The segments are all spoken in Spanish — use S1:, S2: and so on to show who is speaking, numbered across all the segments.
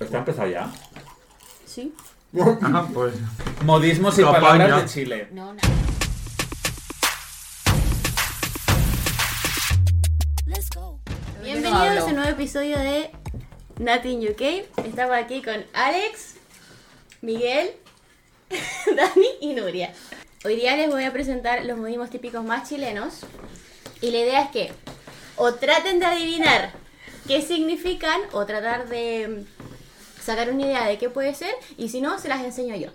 S1: ¿Está empezado ya?
S2: Sí.
S3: Ah, pues.
S1: Modismos y
S3: Campaña.
S1: palabras de Chile.
S2: No, no. Bienvenidos a un nuevo episodio de Nothing UK. Estamos aquí con Alex, Miguel, Dani y Nuria. Hoy día les voy a presentar los modismos típicos más chilenos. Y la idea es que o traten de adivinar qué significan o tratar de mm, sacar una idea de qué puede ser y si no, se las enseño yo.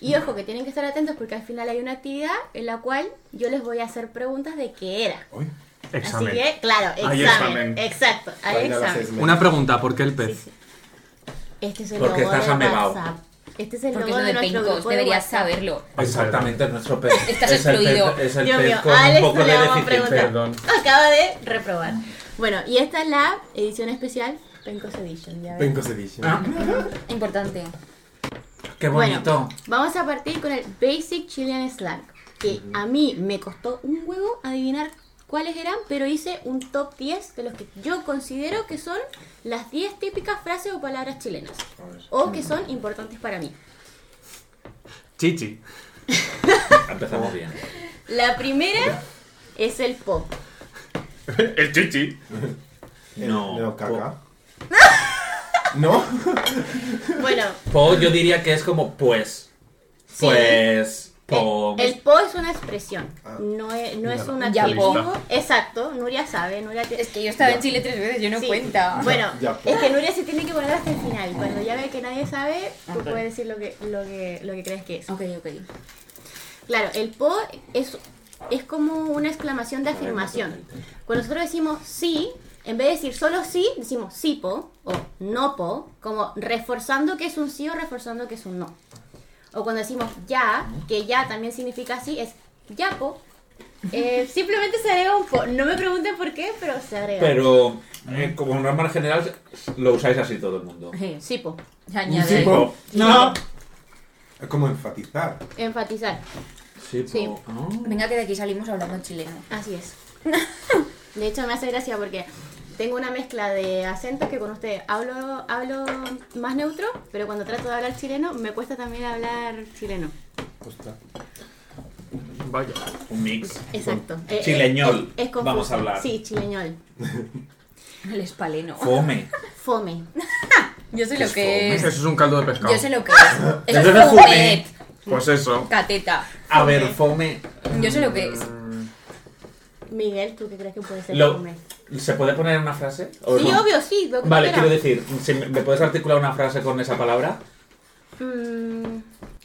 S2: Y ojo, que tienen que estar atentos porque al final hay una actividad en la cual yo les voy a hacer preguntas de qué era.
S3: Examen.
S2: Así que, claro,
S3: Hay
S2: examen.
S3: examen.
S2: Exacto, hay
S4: Baila las
S2: examen.
S4: esmeraldas.
S3: Una pregunta, ¿por qué el pez?
S2: Sí, sí. Este es el
S1: Porque
S2: logo
S1: estás
S2: de
S1: amebao.
S2: WhatsApp. Este es el logo
S5: Porque es lo
S2: de
S5: del
S2: nuestro
S5: Peincos,
S2: grupo de
S5: deberías
S2: WhatsApp.
S5: saberlo.
S1: Exactamente, es nuestro pez.
S5: Estás
S1: es el
S5: excluido.
S1: pez- es el
S2: Dios
S1: pez
S2: mío,
S1: con
S2: a Alex
S1: un poco
S2: no le
S1: de
S2: vamos a
S1: deficiencia.
S2: preguntar.
S3: Perdón.
S2: Acaba de reprobar. Bueno, y esta es la edición especial Pencos Edition. ya ves.
S4: Pencos Edition.
S5: Importante.
S1: Qué bonito.
S2: Ah, Bueno, vamos a partir con el Basic Chilean Slang, que a mí me costó un huevo adivinar cuáles eran, pero hice un top 10 de los que yo considero que son las 10 típicas frases o palabras chilenas, o que son importantes para mí.
S3: Chichi.
S1: Empezamos bien.
S2: La primera es el po.
S3: El chichi.
S1: No.
S4: No, caca. ¿No?
S2: Bueno,
S1: Po, yo diría que es como pues.
S2: sí.
S1: Pues. Po.
S2: El, el po es una expresión,
S4: Ah.
S2: no es, no es un
S5: Ya po.
S2: adjetivo. Exacto, Nuria sabe, Nuria tiene...
S5: Es que yo he estado
S4: Ya.
S5: en Chile tres veces, yo no
S2: Sí.
S5: cuenta.
S2: Bueno,
S4: Ya, po.
S2: es que Nuria se tiene que poner hasta el final. Cuando ya ve que nadie sabe,
S5: Ah,
S2: tú puedes decir lo que, lo que, lo que crees que es.
S5: Ok, ok.
S2: Claro, el po es, es como una exclamación de afirmación. Cuando nosotros decimos sí, en vez de decir solo sí, decimos sí po o no po, como reforzando que es un sí o reforzando que es un no. O cuando decimos ya, que ya también significa sí, es ya po. Eh, simplemente se agrega un po. No me pregunten por qué, pero se agrega.
S1: Pero eh, como en norma general lo usáis así todo el mundo.
S2: Sí po.
S5: Se añade.
S4: Sí, po.
S3: No.
S4: Es como enfatizar.
S2: Enfatizar.
S1: Sí, po.
S2: Sí.
S1: Ah.
S5: Venga, que de aquí salimos hablando en chileno.
S2: Así es. De hecho, me hace gracia porque tengo una mezcla de acentos que con ustedes hablo, hablo más neutro, pero cuando trato de hablar chileno me cuesta también hablar chileno.
S4: Ostras.
S3: Vaya.
S1: Un mix.
S2: Exacto. Eh, eh,
S1: Chileñol,
S2: es- es confuso.
S1: vamos a hablar.
S2: Sí, chileñol.
S5: El espaleno.
S1: Fome.
S2: Fome.
S5: Yo sé
S1: ¿Qué
S5: lo
S1: es
S5: que es.
S3: Eso es un caldo de pescado.
S5: Yo sé lo que es. Eso es fumet.
S3: Pues eso.
S5: Cateta.
S1: A ver, fome.
S5: Yo sé lo que es.
S2: Miguel, ¿tú qué crees que puede ser
S1: Lo,
S2: fome?
S1: ¿Se puede poner en una frase? ¿O
S2: Sí,
S1: no?
S2: obvio, sí. Lo que tú
S1: Vale,
S2: quieras.
S1: quiero decir, si me, ¿me puedes articular una frase con esa palabra?
S2: Mm,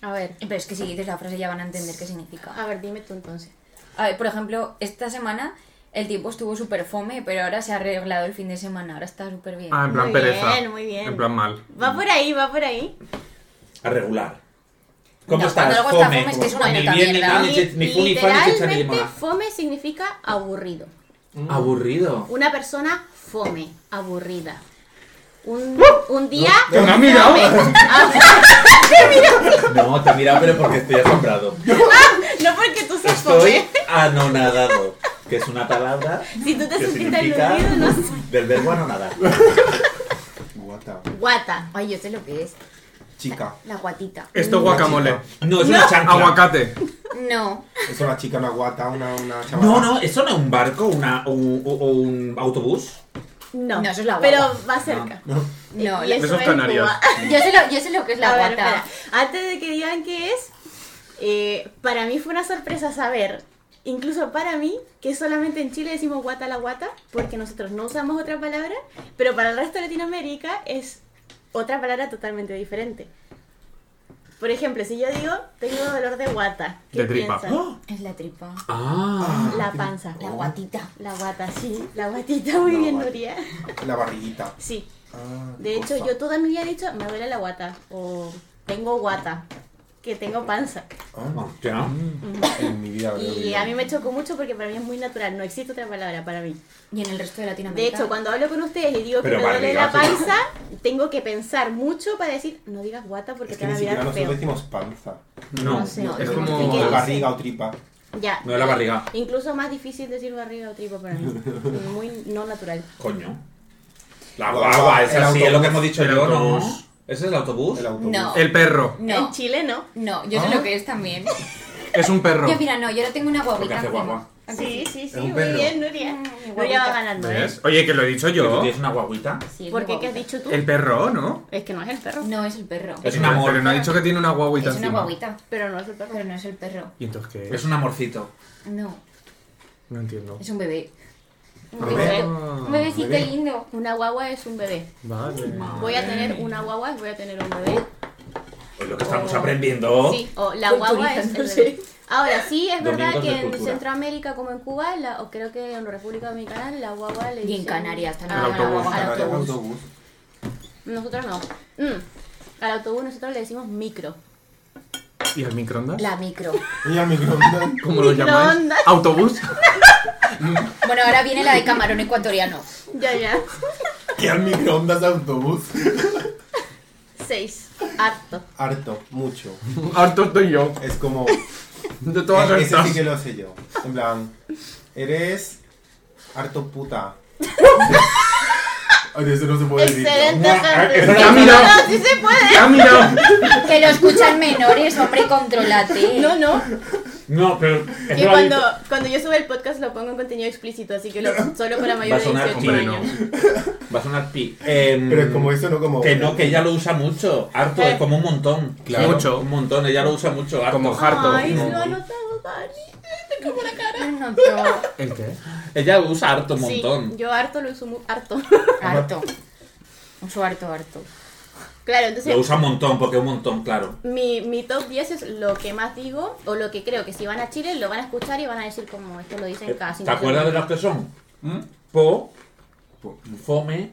S2: a ver,
S5: Pero es que si dices la frase ya van a entender qué significa.
S2: a ver, dime tú entonces.
S5: A ver, por ejemplo, esta semana el tiempo estuvo súper fome, pero ahora se ha arreglado el fin de semana. Ahora está súper bien.
S3: Ah, en plan
S2: Muy
S3: pereza.
S2: bien, muy bien.
S3: En plan mal.
S2: Va por ahí, va por ahí.
S1: A regular. ¿Cómo
S5: No,
S1: estás?
S5: cuando algo está fome es que es una
S1: Ni
S5: puta
S1: bien, ni
S5: mierda.
S1: mal, ni chit- ni fu, ni fa, ni chicha, ni Mm.
S2: Literalmente,
S1: limonada.
S2: fome significa aburrido.
S1: Aburrido.
S2: Una persona fome, aburrida. Un,
S1: ¡Uh!
S2: un día.
S3: ¿Te me ha mirado?
S2: fome.
S1: No, te he mirado, pero porque estoy asombrado.
S2: no porque tú seas
S1: Estoy
S2: fome.
S1: anonadado, que es una palabra
S2: Si tú te
S1: que
S2: sentiste
S1: significa
S2: aludido, no sé.
S1: del verbo anonadar.
S4: What the-
S2: Guata.
S5: Ay, yo sé lo que es.
S4: Chica.
S5: La guatita.
S3: Esto guacamole.
S1: No, es una chancla.
S3: Aguacate.
S5: No.
S4: Es una chica, una guata, una, una chavala.
S1: No, no, eso no es un barco una, un- o o un autobús.
S2: No.
S5: No, eso es la guagua.
S2: Pero va cerca.
S5: No,
S2: Y
S5: la-
S3: Eso es Canarias.
S2: Cuba.
S5: Yo sé, lo, yo sé lo que es la
S2: A ver,
S5: guata.
S2: espera. Antes de que digan qué es, eh, para mí fue una sorpresa saber, incluso para mí, que solamente en Chile decimos guata a la guata, porque nosotros no usamos otra palabra, pero para el resto de Latinoamérica es otra palabra totalmente diferente. Por ejemplo, si yo digo, tengo dolor de guata, ¿qué
S3: De tripa.
S2: piensan?
S5: Es la tripa.
S1: Ah.
S2: La panza.
S5: La guatita.
S2: La guata, sí. La guatita, muy
S4: La
S2: bien,
S4: guata.
S2: Nuria.
S4: La barriguita.
S2: Sí.
S4: Ah,
S2: De hecho,
S4: cosa.
S2: yo toda mi vida he dicho, me duele la guata, o tengo guata, que tengo panza.
S4: Ah, no.
S1: Ya.
S4: En mi vida habré
S2: Y
S4: oído.
S2: a mí me chocó mucho porque para mí es muy natural, no existe otra palabra para mí.
S5: Y en el resto de
S2: De
S5: Latinoamérica.
S2: hecho, cuando hablo con ustedes y digo que
S1: Pero
S2: me duele la
S1: barriga, sí.
S2: panza, tengo que pensar mucho para decir, no digas guata porque
S4: Es
S2: te
S4: que
S2: va
S4: ni
S2: a
S4: siquiera
S2: mirar
S4: nosotros
S2: feo.
S4: decimos panza.
S1: No,
S5: No sé, no,
S3: es
S5: no,
S3: como-
S5: no,
S4: O
S5: no, no, no.
S4: barriga o tripa.
S2: Ya.
S1: No de la barriga.
S2: Incluso más difícil decir barriga o tripo para mí. Muy no natural.
S1: Coño. La guagua, esa
S4: El
S1: sí es lo que
S4: autobús,
S1: hemos dicho
S3: el
S1: yo, ¿no?
S3: autobús.
S1: ¿Ese es el autobús?
S4: El autobús.
S5: No.
S3: Ah. El perro.
S5: No,
S2: En Chile no.
S5: no, yo sé
S3: ¿Ah?
S5: lo que es también.
S3: Es un perro.
S5: Yo, mira, no, yo ahora tengo una
S1: Porque
S5: guaguita.
S1: hace
S5: encima.
S1: guagua.
S5: ¿A que
S2: Ah, Sí, Mm, sí, sí,
S4: un
S2: muy
S4: perro.
S2: bien, Nuria.
S5: mi
S2: Nuria va
S5: guaguita.
S2: ganando, ¿eh?
S3: ¿Ves? Oye, que lo he dicho
S1: ¿Que tú
S3: yo.
S1: tienes una guaguita?
S5: Sí, es
S2: ¿Por
S5: mi
S2: qué? ¿Qué has
S5: guaguita.
S2: dicho tú?
S3: El perro, ¿no?
S2: Es que no es el perro.
S5: No, es el perro.
S1: Es un amor.
S3: Pero no ha dicho que tiene una guaguita
S5: Es una
S3: encima.
S5: guaguita,
S2: Pero no es el perro.
S5: pero no es el perro.
S3: ¿Y entonces qué
S1: Es
S3: es?
S1: un amorcito.
S5: No,
S3: No entiendo.
S5: es un bebé.
S2: Un
S4: Bebé.
S2: bebé.
S5: Un bebecito
S4: bebé.
S5: lindo.
S2: Una guagua es un bebé.
S3: Vale.
S2: Voy a tener una guagua y voy a tener un bebé.
S1: Pues lo que estamos aprendiendo.
S2: Oh. Sí, o la guagua es el bebé. Ahora sí, es verdad
S1: Domingos
S2: que
S1: de
S2: en
S1: cultura.
S2: Centroamérica como en Cuba, la- o creo que en República Dominicana, la guagua le
S5: Y en
S2: dicen-
S5: Canarias también.
S2: Ah,
S3: El autobús.
S2: al
S4: Ah, el
S2: autobús.
S4: autobús.
S2: Nosotros no. Mm. Al autobús nosotros le decimos micro.
S3: ¿Y al microondas?
S5: La micro.
S4: Y al microondas.
S3: ¿Cómo lo llamáis?
S2: Microondas.
S3: ¿Autobús?
S5: Bueno, ahora viene la de camarón ecuatoriano.
S2: Ya, ya.
S4: Y al microondas de autobús.
S2: Seis. Harto.
S4: Harto, mucho.
S3: Harto estoy yo.
S4: Es como.
S3: De todas
S4: ese
S3: estas.
S4: sí que lo sé yo. En plan, eres harto puta. Ay, eso no se puede decir.
S2: Excelente.
S1: Eso
S2: Francisco.
S1: ya
S2: No,
S3: mira.
S2: no, sí se puede.
S3: ¡Ya mira!
S5: Que lo escuchan menores, hombre, controlate.
S2: No, no.
S1: No, pero. eso
S2: Que
S1: lo
S2: cuando,
S1: ha
S2: cuando yo subo el podcast lo pongo en contenido explícito, así que lo, solo
S1: dicho- Va
S2: para
S1: a
S2: mayores de
S1: sonar,
S2: 18
S1: hombre, no.
S2: años.
S1: Va a sonar pi. Em,
S4: Pero es como eso, no como.
S1: Que no, que ella lo usa mucho. Harto, es
S2: Eh.
S1: como un montón.
S3: Claro.
S1: Mucho. Un montón, ella lo usa mucho. Harto.
S3: Como harto.
S2: Ay,
S1: no.
S2: lo ha notado, Dani.
S5: No, no,
S3: ¿El qué?
S1: Ella usa harto un montón.
S2: Sí, yo harto lo uso muy harto.
S5: harto. Uso harto, harto.
S2: claro,
S1: Lo
S2: entonces
S1: usa un montón, porque un montón, claro.
S2: mi, mi top 10 es lo que más digo o lo que creo que si van a Chile lo van a escuchar y van a decir como esto lo
S4: Eh,
S2: dicen casi.
S1: ¿Te acuerdas de los que son? Po,
S4: Po-
S1: fome,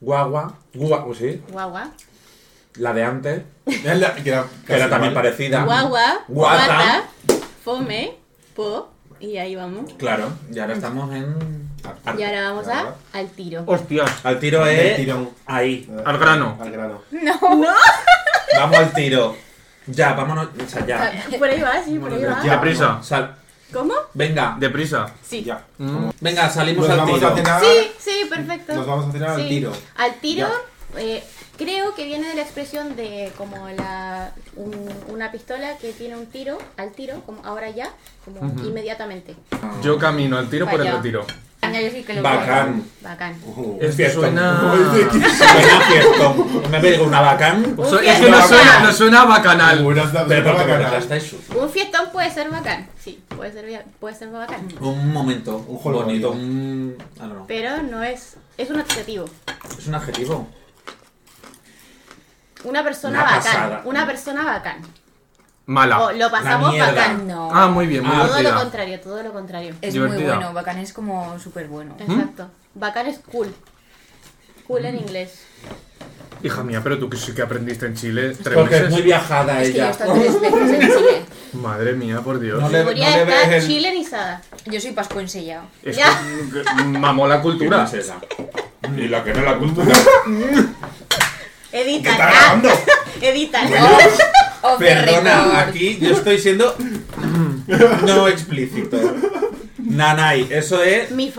S1: guagua, guagua, pues sí,
S2: Guagua.
S1: la de antes,
S4: Es la- que era,
S1: que era también
S4: casi
S1: parecida.
S2: Guagua,
S1: Guata.
S2: guata, fome, po y ahí vamos.
S1: Claro, y ahora estamos en...
S4: Harto.
S2: Y ahora vamos a,
S4: Ahora.
S2: al tiro.
S3: ¡Hostias!
S1: Al tiro
S4: Del
S1: es...
S4: tirón.
S1: Ahí,
S4: igual.
S3: Al grano.
S4: Al grano.
S1: vamos al tiro. Ya, vámonos, o sea,
S2: O
S1: ya.
S2: sea, Por ahí va, sí, por ahí va.
S4: Ya.
S3: Deprisa.
S1: Sal-
S2: ¿Cómo?
S1: Venga,
S3: Deprisa.
S2: Sí.
S4: Ya.
S1: venga, salimos
S4: Nos
S1: al
S4: vamos
S1: tiro.
S4: a cenar.
S2: Sí, sí, perfecto.
S4: Nos vamos a cenar al
S2: Sí.
S4: tiro.
S2: Al tiro, eh, creo que viene de la expresión de como la un- una pistola que tiene un tiro al tiro, como ahora ya, como inmediatamente.
S3: Yo camino al tiro por el
S2: Vaya.
S3: retiro.
S2: Ah,
S5: Venga, yo sí que lo
S1: Bacán.
S2: Bacán.
S4: Uh,
S3: Esto
S1: Fiesto.
S3: suena...
S1: Suena fiesto. Me pego una bacán.
S3: Su- Es que no suena, no suena bacanal.
S4: Buenas tardes.
S1: Pero porque me la
S4: bacana.
S1: estáis sus-
S2: Un fiestón puede ser bacán, sí, puede ser bien- puede ser bacán,
S1: Un momento
S4: Un jolgorio.
S1: bonito, un... ah, no, no.
S2: pero no es es un adjetivo.
S1: Es un adjetivo.
S2: Una persona
S1: Una
S2: bacán,
S1: pasada.
S2: una persona bacán. O
S3: Mala.
S2: lo pasamos
S1: mierda.
S2: bacán.
S5: No.
S3: Ah, muy bien, muy
S1: Ah, ¿Mm?
S2: Todo lo
S3: divertida.
S2: contrario, todo lo contrario.
S5: es muy
S3: Divertida.
S5: bueno, bacán es como súper bueno.
S2: Exacto. Bacán es cool. Cool
S1: Mm.
S2: en inglés.
S3: Hija mía, pero tú que sí que aprendiste en Chile tres
S1: Porque es
S3: meses.
S1: muy viajada
S5: Es que yo he
S1: ella.
S5: estado tres veces en Chile.
S3: Madre mía, por Dios.
S1: No le-
S2: Nuria
S1: le
S2: está
S1: ves el-
S2: chilenizada.
S5: Yo soy pasco ensellado.
S3: Es
S2: Ya.
S3: que, que mamó la cultura.
S1: es esa? Y la que no es la cultura.
S2: Edita.
S4: está grabando?
S2: Edita.
S5: Off the
S1: Perdona,
S5: record.
S1: aquí yo estoy siendo no explícito. Nanay, eso es.
S2: Mi
S4: Horrible.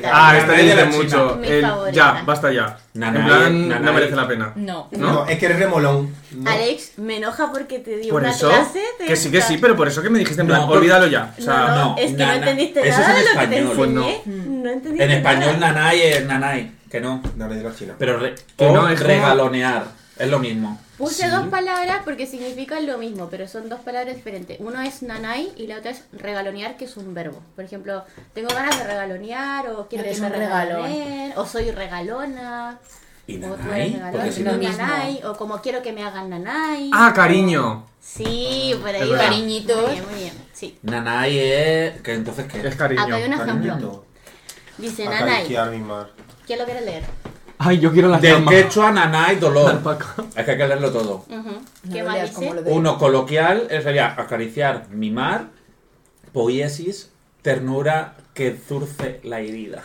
S2: favorita.
S3: Ah, esta
S1: Nanay de
S3: dice
S1: la China.
S3: mucho.
S2: Mi
S3: El-
S2: favorita.
S3: ya, basta ya.
S1: Nanay,
S3: en plan,
S1: nanay.
S3: no merece la pena.
S5: No.
S4: ¿No? es que eres remolón. No.
S2: Alex, me enoja porque te dio
S3: Por
S2: una
S3: eso,
S2: clase. de
S3: que sí, que sí, pero por eso que me dijiste en plan,
S1: No, por-
S3: olvídalo ya. O sea,
S2: no, no,
S1: no,
S2: es que
S1: nana.
S2: no entendiste
S1: Eso es
S2: nada de
S1: en
S2: lo que te enseñé.
S1: español. Pues
S2: no. entendiste
S1: En español,
S2: nada.
S1: nanay es nanay. Que no.
S4: No eres de la China.
S1: Pero re-
S3: Que
S1: o
S3: no, es como-
S1: regalonear. Es lo mismo.
S2: Puse dos palabras porque significan lo mismo, pero son dos palabras diferentes. Uno es nanay y la otra es regalonear, que es un verbo. Por ejemplo, tengo ganas de regalonear o quiero
S5: Eres
S2: que me
S5: un regalón.
S2: regalonen o soy regalona.
S1: Y
S2: O tú eres
S1: nanay.
S2: regalón,
S1: Porque
S5: es
S1: si
S2: soy
S1: no.
S5: lo mismo.
S2: nanay, o como quiero que me hagan nanay.
S3: ah, cariño. Ah,
S2: Sí, por ahí
S3: Es
S2: va.
S3: verdad.
S5: Cariñitos.
S2: Muy bien, muy bien. Sí.
S1: Nanay es. Que entonces
S3: Es
S1: qué.
S2: Acá hay un
S3: cariño.
S2: ejemplo.
S4: Cariñito.
S2: Dice Nanay.
S4: Acariciar mi mar.
S2: ¿Quién lo quiere leer?
S3: Ay, yo quiero las
S1: Del
S3: llamas.
S1: quechua, nanay, dolor.
S3: Alpaca.
S1: Es que hay que leerlo todo.
S2: Ujú.
S5: No
S2: ¿Qué
S5: lo
S2: más
S5: leas como lo
S2: dice?
S5: de-
S1: Uno coloquial eh, sería acariciar, mimar, poiesis, ternura que zurce la herida.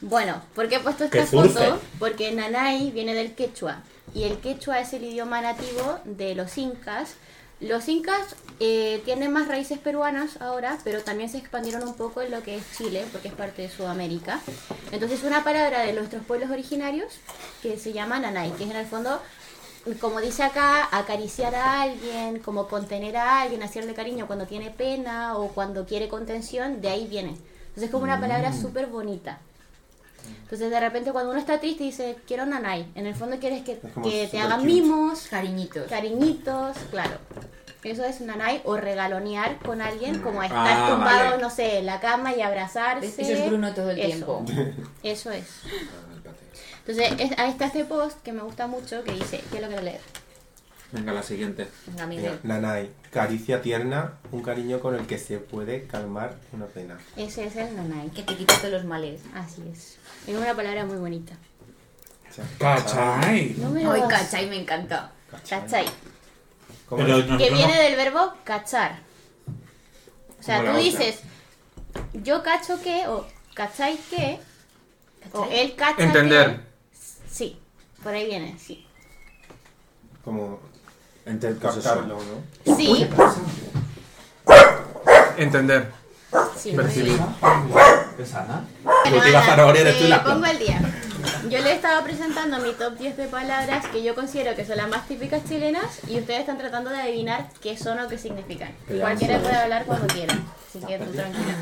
S2: Bueno, ¿por qué he puesto
S1: Que
S2: esta
S1: surfe.
S2: foto? Porque Nanay viene del quechua. Y el quechua es el idioma nativo de los incas. Los incas eh, tienen más raíces peruanas ahora, pero también se expandieron un poco en lo que es Chile, porque es parte de Sudamérica. Entonces, una palabra de nuestros pueblos originarios que se llama nanay, que es en el fondo, como dice acá, acariciar a alguien, como contener a alguien, hacerle cariño cuando tiene pena o cuando quiere contención, de ahí viene. Entonces, es como una
S1: Mm.
S2: palabra súper bonita. Entonces, de repente, cuando uno está triste, dice, quiero nanay. En el fondo, quieres que,
S4: Es como
S2: que te
S4: súper
S2: hagan
S4: cute.
S2: mimos,
S5: Cariñitos.
S2: cariñitos, claro. Eso es nanay o regalonear con alguien, como estar
S1: Ah,
S2: tumbado,
S1: vale.
S2: no sé, en la cama y abrazarse.
S5: ¿Ves? Eso es Bruno todo el
S2: Eso.
S5: tiempo.
S2: Eso es. Entonces, es- ahí está este post que me gusta mucho que dice, yo lo quiero leer.
S1: Venga, la siguiente.
S5: Venga, Miguel.
S4: Nanay, caricia tierna, un cariño con el que se puede calmar una pena.
S2: Ese es el nanay.
S5: Que te quita todos los males.
S2: Así es. Es una palabra muy bonita.
S4: Cha-
S1: ¡Cachai!
S2: Número
S5: Ay,
S2: dos.
S5: cachai, me encanta.
S2: Cachai.
S4: ¿Cómo
S1: Pero
S4: es?
S1: nosotros
S2: Que
S1: no-
S2: viene del verbo cachar. O sea,
S1: Como la
S2: tú
S1: otra.
S2: dices, yo cacho que, o cachai que, o
S5: ¿Cachai?
S2: él cacha
S3: Entender.
S2: que. Sí, por ahí viene, sí.
S4: Como
S1: Ente- pues eso.
S4: captarlo, ¿no?
S2: Sí,
S3: Entender.
S2: sí, muy bien.
S1: ¿Es Ana?
S2: Bueno,
S1: Tú te ibas
S2: Ana,
S1: a eres
S2: te
S1: tú la
S2: pongo al día. Yo le he estado presentando mi top 10 de palabras que yo considero que son las más típicas chilenas y ustedes están tratando de adivinar qué son o qué significan.
S1: Pero ya
S2: Cualquiera
S1: vamos a
S2: puede
S1: ver.
S2: hablar cuando quiera, así que tú tranquila.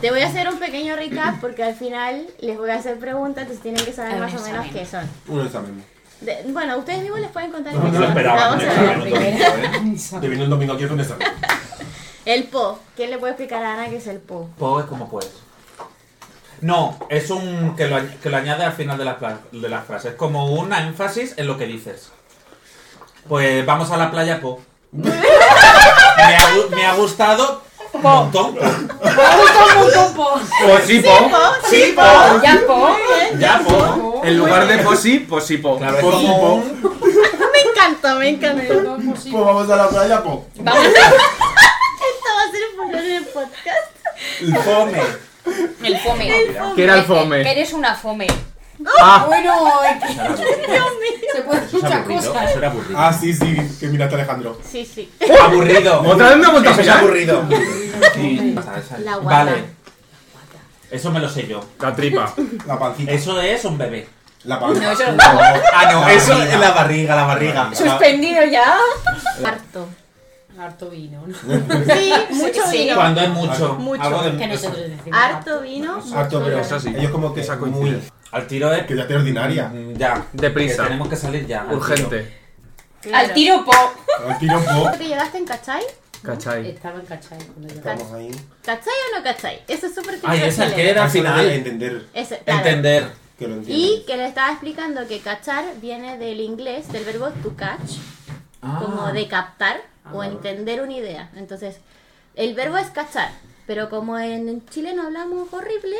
S2: Te voy a hacer un pequeño recap porque al final les voy a hacer preguntas, entonces tienen que saber
S5: Hay un
S2: más o menos
S5: examen.
S2: qué son.
S4: Uno examen.
S2: De- bueno, ustedes mismos les pueden contar
S1: No,
S2: qué
S1: no lo
S2: son.
S1: esperaba.
S2: Vamos a ver primero.
S4: Te viene el domingo aquí es un examen.
S2: El po. ¿Quién le puede explicar a Ana qué es el po?
S1: Puedes como puedes. No, es un que lo, añ- que lo añade al final de la, pla- de la frase. Es como una énfasis en lo que dices. Pues vamos a la playa, po. me, ha, gu- me ha gustado. Punto.
S3: Pues sí, po.
S1: Sí, po.
S5: Ya, po.
S1: Ya, po.
S3: En lugar de pues sí, pues sí, po.
S1: Claro, es
S3: Pues sí,
S1: como
S3: po.
S1: un...
S2: Me encanta, me encanta. Esto
S4: Pues vamos a la playa, pues. po.
S5: Vamos.
S2: va a ser por el podcast.
S1: Fome.
S5: El fome.
S3: Que era el fome.
S5: Eres una fome.
S3: Ah,
S5: Bueno,
S1: Eso era aburrido.
S5: se puede
S1: Eso es
S5: muchas
S1: aburrido.
S5: cosas.
S1: Eso era aburrido.
S4: Ah, sí, sí, que miraste Alejandro.
S2: Sí, sí.
S1: Aburrido.
S3: otra vez me ha vuelto a
S1: Eso es
S3: pillar.
S1: aburrido. Sí.
S2: La guata.
S1: Vale. Eso me lo sé yo.
S3: La tripa.
S4: La pancita.
S1: Eso es un bebé.
S4: La pancita.
S5: No, eso es-
S1: Ah, no,
S4: La
S1: eso
S4: barriga.
S1: es la barriga, la barriga.
S5: Suspendido ya.
S2: Harto.
S6: Harto vino, ¿no?
S2: Sí, mucho
S5: Sí.
S2: vino.
S1: Cuando es mucho.
S2: Mucho.
S1: Algo de-
S6: Que nosotros decimos.
S2: Harto vino.
S4: Harto, pero
S3: Eso sí.
S4: ellos como que
S3: Esa coincide.
S4: muy...
S1: Al tiro es.
S4: Que ya te ordinaria.
S1: Mm, Ya.
S3: Deprisa.
S1: Que tenemos que salir ya. al tiro.
S3: Urgente.
S5: Al tiro, po.
S4: Al tiro, po.
S2: Creo que llegaste en cachai?
S3: ¿Cachai?
S6: Estaban cachados cuando yo.
S4: Estamos ahí.
S2: ¿Cachai o no cachai? Eso es súper típico
S1: Ay, esa
S2: chileno.
S1: que era al
S4: Al
S1: final.
S4: entender.
S2: Ese, claro.
S1: Entender.
S4: Que lo
S2: Y
S4: entiendan.
S2: que le estaba explicando que cachar viene del inglés, del verbo to catch,
S1: Ah.
S2: como de captar o entender una idea. Entonces, el verbo es cachar, pero como en Chile no hablamos horrible,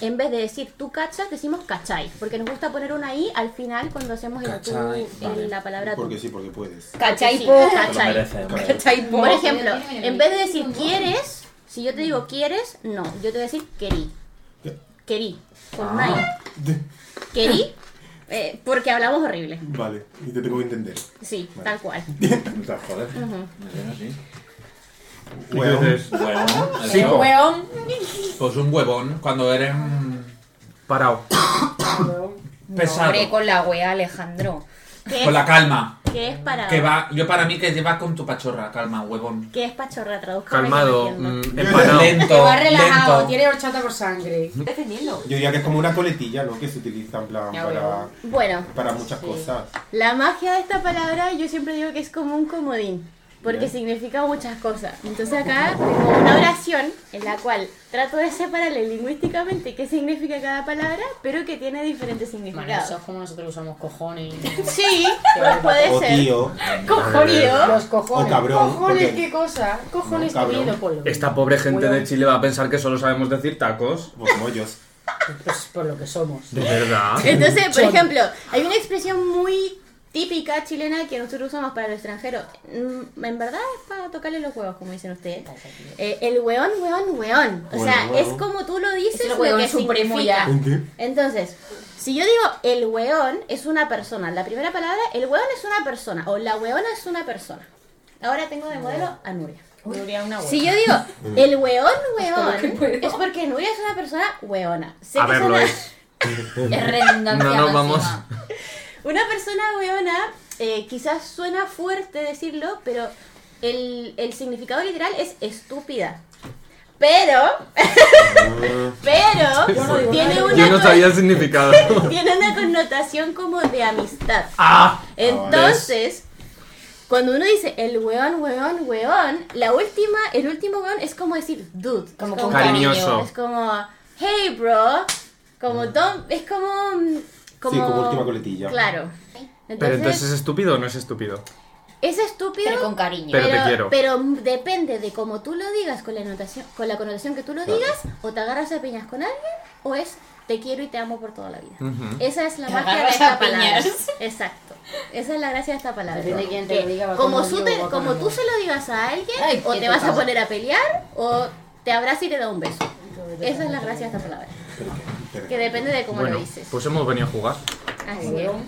S2: en vez de decir tú cachas, decimos cachai, porque nos gusta poner una i al final cuando hacemos el tú,
S1: Cachai,
S2: el-
S1: vale.
S2: la palabra tú.
S4: Porque sí, porque puedes.
S5: Cachai,
S2: Sí,
S5: po.
S1: Te lo
S2: cachai.
S1: merece, hombre.
S5: Cachai, po.
S2: Por ejemplo, en vez de decir quieres, si yo te digo quieres, no, yo te voy a decir querí. Querí, con una I. Querí, eh, porque hablamos horrible.
S4: Vale, y te tengo que entender.
S2: Sí,
S4: Vale.
S2: tal cual.
S1: Puta, Joder. Me viene así. Pues
S4: Bueno,
S3: Entonces,
S1: Huevón.
S3: Sí,
S1: eso.
S3: po.
S5: Weón.
S1: Pues un huevón. Cuando eres. mm,
S3: Parado.
S5: No,
S1: Pesado.
S5: hombre, con la wea, Alejandro.
S2: ¿Qué
S1: Con la calma.
S2: es, qué es para.?
S1: Que va. Yo para mí que llevas con tu pachorra. Calma, huevón.
S2: ¿Qué es pachorra? Traduzca.
S3: Calmado. mm, Empanado.
S6: Te
S1: Lento.
S6: va relajado,
S1: Lento.
S6: tiene horchata por sangre.
S5: Defendiendo.
S4: yo diría que es como una coletilla, ¿no? Que se utiliza en plan
S6: Ya
S4: para,
S6: veo.
S2: Bueno,
S4: para muchas
S6: Sí.
S4: cosas.
S2: la magia de esta palabra yo siempre digo que es como un comodín. Porque
S4: Bien.
S2: significa muchas cosas. Entonces acá tengo una oración en la cual trato de separarle lingüísticamente qué significa cada palabra, pero que tiene diferentes
S6: Bueno, eso es
S2: significados.
S6: como nosotros usamos cojones.
S2: Sí, pues puede
S4: O
S2: ser.
S4: Oh, tío,
S2: Cojonido.
S6: Los cojones.
S4: O cabrón,
S6: cojones,
S4: porque-
S6: qué cosa. Cojones,
S4: No,
S6: no,
S4: cabrón.
S6: comido polvo.
S3: Esta pobre gente
S6: Bueno,
S3: de Chile va a pensar que solo sabemos decir tacos.
S4: pues como ellos.
S6: Pues por lo que somos.
S3: De verdad.
S2: Entonces, por
S6: Chon.
S2: ejemplo, hay una expresión muy típica chilena que nosotros usamos para los extranjeros. Mm, En verdad es para tocarle los huevos, como dicen ustedes. Eh, el hueón, hueón, hueón. O sea,
S4: Hueón, hueón.
S2: es como tú lo dices,
S5: Es el
S2: lo
S5: hueón
S2: que
S5: supremo
S2: significa.
S5: ya.
S2: Entonces, si yo digo el hueón es una persona, la primera palabra, el hueón es una persona o la hueona es una persona. Ahora tengo de modelo a Nuria.
S6: Nuria, una
S2: Si yo digo el weón,
S5: que
S2: weón,
S5: puedo.
S2: es porque Nuria es una persona weona. Sé
S3: A
S2: que
S3: ver, lo
S2: suena-
S3: es.
S5: Es redundancia.
S7: No, no, vamos.
S5: máxima.
S2: Una persona weona, eh, quizás suena fuerte decirlo, pero el, el significado literal es estúpida. Pero, pero,
S6: no digo
S2: tiene
S6: nada.
S2: una,
S7: Yo no sabía el significado.
S2: con- tiene una connotación como de amistad.
S7: ¡Ah!
S2: Entonces, cuando uno dice el weón, weón, weón, la última, el último weón es como decir dude.
S5: Como
S2: Es
S5: con
S3: Cariñoso.
S2: Es como, hey bro. Como
S5: Mm.
S2: don, es como. mm, como
S4: Sí, como última coletilla.
S2: Claro.
S3: Pero entonces es estúpido o no es estúpido.
S2: es estúpido.
S5: Pero con cariño.
S3: Pero te quiero.
S2: pero depende de cómo tú lo digas, con la, anotación, con la connotación que tú lo digas, o te agarras a piñas con alguien, o es te quiero y te amo por toda la vida. Esa es la
S5: Te
S2: magia de
S5: agarras
S2: esta
S5: a piñas.
S2: palabra. Exacto. Esa es la gracia de esta palabra.
S6: Depende de quién te lo
S2: Que
S6: diga, va
S2: como,
S6: con
S2: tú
S6: orgullo
S2: te-
S6: o va con
S2: como tú
S6: amor.
S2: se lo digas a alguien,
S5: Ay,
S2: o
S5: qué
S2: te vas a
S5: tocado.
S2: poner a pelear, o te abrazas y te da un beso. Esa es la gracia de esta palabra. Que depende de cómo
S3: bueno,
S2: lo dices.
S3: pues hemos venido a jugar.
S2: Así que-
S6: Weón.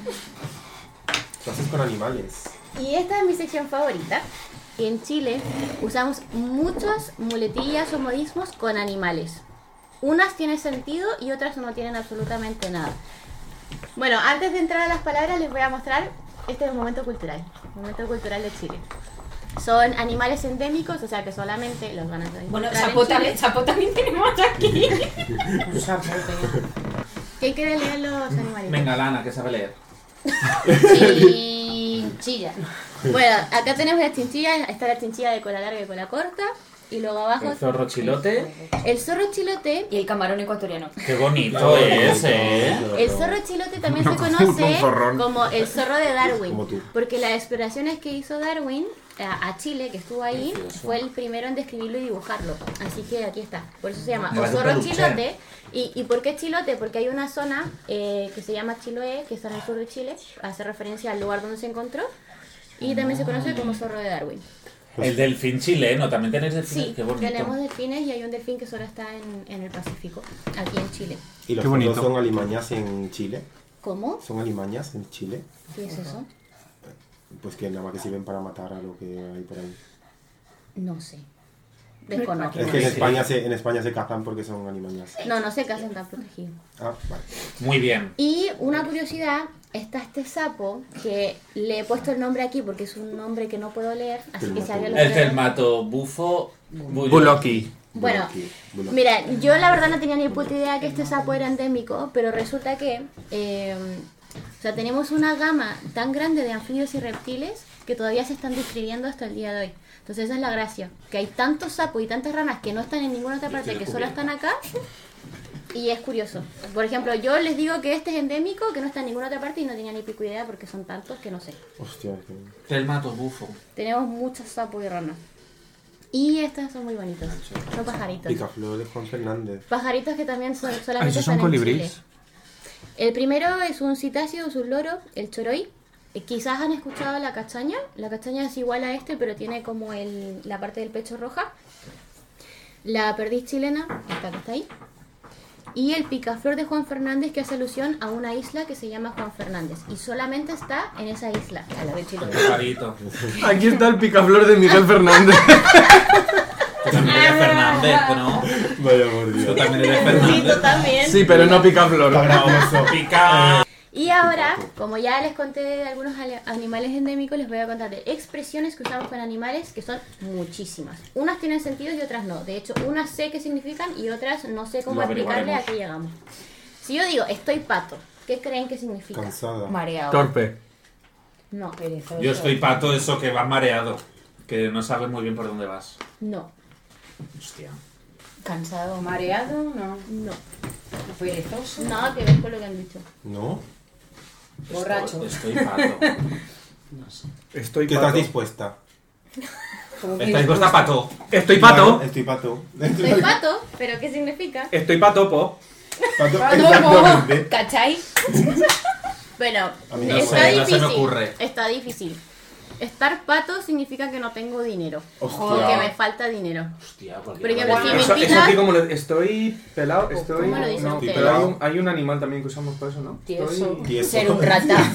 S4: Lo haces con animales.
S2: Y esta es mi sección favorita. Y en Chile usamos muchas muletillas o modismos con animales. Unas tienen sentido y otras no tienen absolutamente nada. Bueno, antes de entrar a las palabras les voy a mostrar, este es el momento cultural, momento cultural de Chile. Son animales endémicos, o sea que solamente los van a encontrar
S5: Bueno,
S2: en
S5: Chapo
S2: Chile.
S5: también, Chapo también tenemos aquí.
S6: Un sapote.
S2: ¿Quién quiere leer los animales?
S1: Venga, Lana, que sabe leer.
S5: Chinchilla.
S2: Bueno, acá tenemos las chinchillas, está la chinchilla de cola larga y cola corta, y luego abajo
S1: El zorro chilote.
S2: el zorro chilote
S5: Y el camarón ecuatoriano.
S1: Qué bonito es, eh.
S2: El zorro chilote también se
S3: un
S2: conoce
S3: zorrón.
S2: como el zorro de Darwin,
S4: Como tú.
S2: porque las exploraciones que hizo Darwin a, a Chile, que estuvo ahí,
S4: Precioso.
S2: fue el primero en describirlo y dibujarlo. Así que aquí está, por eso se llama
S1: Me
S2: o
S1: parece un
S2: zorro
S1: peluche.
S2: chilote. ¿Y, ¿Y por qué chilote? Porque hay una zona eh, que se llama Chiloé, que está en el sur de Chile, hace referencia al lugar donde se encontró, y también se conoce como zorro de Darwin.
S1: El delfín chileno, también tenéis delfín.
S2: Sí,
S1: Qué bonito.
S2: tenemos delfines y hay un delfín que solo está en, en el Pacífico, aquí en Chile.
S4: Y los
S7: Qué bonito.
S4: zorros son alimañas en Chile.
S2: ¿Cómo?
S4: Son alimañas en Chile.
S2: ¿Qué es eso?
S4: Pues que nada más que sirven para matar a lo que hay por ahí.
S2: No sé. Desconozco.
S4: Es que en España se, en España se cazan porque son alimañas.
S2: No, no se casan tan protegidos.
S4: Ah, vale.
S1: Muy bien.
S2: Y una curiosidad, está este sapo que le he puesto el nombre aquí porque es un nombre que no puedo leer, así que si alguien lo
S1: Este El
S2: quiere-
S1: termato bufo. bullo.
S7: Buloki.
S2: Bueno,
S4: Buloqui, buloqui.
S2: mira, yo la verdad no tenía ni puta idea que este sapo era endémico, pero resulta que eh, o sea, tenemos una gama tan grande de anfibios y reptiles que todavía se están describiendo hasta el día de hoy. Entonces esa es la gracia, que hay tantos sapos y tantas ranas que no están en ninguna otra parte, que solo están acá. Y es curioso. Por ejemplo, yo les digo que este es endémico, que no está en ninguna otra parte y no tenía ni pico idea porque son tantos que no sé.
S4: Hostia, que-
S1: Telmato bufo.
S2: Tenemos muchos sapos y ranas. Y estas son muy bonitos. Son pajaritos.
S4: Picaflor de Juan Fernández.
S2: Pajaritos que también son, solamente
S7: Ah, esos
S2: están
S7: son
S2: en
S7: colibríes.
S2: Chile. El primero es un citáceo, es un loro, el choroí. Eh, Quizás han escuchado la castaña. La castaña es igual a este, pero tiene como el- la parte del pecho roja. La perdiz chilena, esta que está ahí. Y el picaflor de Juan Fernández, que hace alusión a una isla que se llama Juan Fernández. Y solamente está en esa isla, a la de Chile.
S1: Pajarito.
S7: Aquí está el picaflor de Miguel Fernández.
S1: Tú también eres Fernández, ¿no?
S4: Vaya por
S1: Tú
S4: Dios.
S1: también eres Fernández.
S2: también.
S7: Sí, pero no picaflor.
S1: Famoso pica.
S2: Y ahora, como ya les conté de algunos ale- animales endémicos, les voy a contar de expresiones que usamos con animales, que son muchísimas. Unas tienen sentido y otras no. De hecho, unas sé qué significan y otras no sé
S1: Lo
S2: cómo explicarle a
S1: averiguaremos.
S2: qué llegamos. Si yo digo, estoy pato, ¿qué creen que significa?
S4: Cansada.
S5: Mareado.
S7: Torpe.
S2: No,
S6: Perezoso.
S1: Yo estoy pato, eso que vas mareado. Que no sabes muy bien por dónde vas.
S2: no,
S1: Hostia.
S5: Cansado, Mario.
S6: Mareado, no.
S2: no.
S6: Perezoso.
S2: Nada que ver con lo que han dicho.
S4: ¿No?
S6: Borracho.
S1: Estoy, estoy pato.
S7: Estoy
S4: ¿Qué estás dispuesta?
S6: Como que-
S1: Estáis costa pato.
S3: Estoy pato.
S4: Claro, Estoy pato.
S2: Soy pato, pero ¿qué significa?
S3: Estoy pato, po.
S4: Pato,
S5: No,
S4: exactamente.
S5: ¿Cachai?
S2: Bueno,
S4: A mí no
S2: está
S1: sé, no se
S2: difícil.
S1: me ocurre.
S2: Está difícil. Estar pato significa que no tengo dinero.
S4: Hostia.
S2: Porque me falta dinero.
S1: Hostia,
S2: Por
S1: cualquier
S2: ejemplo, si me
S3: Eso, eso
S2: invitas-
S3: aquí como lo- estoy pelado, estoy.
S2: ¿Cómo lo dicen
S3: no,
S2: ustedes?
S3: pero hay un, hay un animal también que usamos para eso, ¿no?
S6: Tieso.
S3: Estoy-
S4: Tieso.
S5: Ser un rata.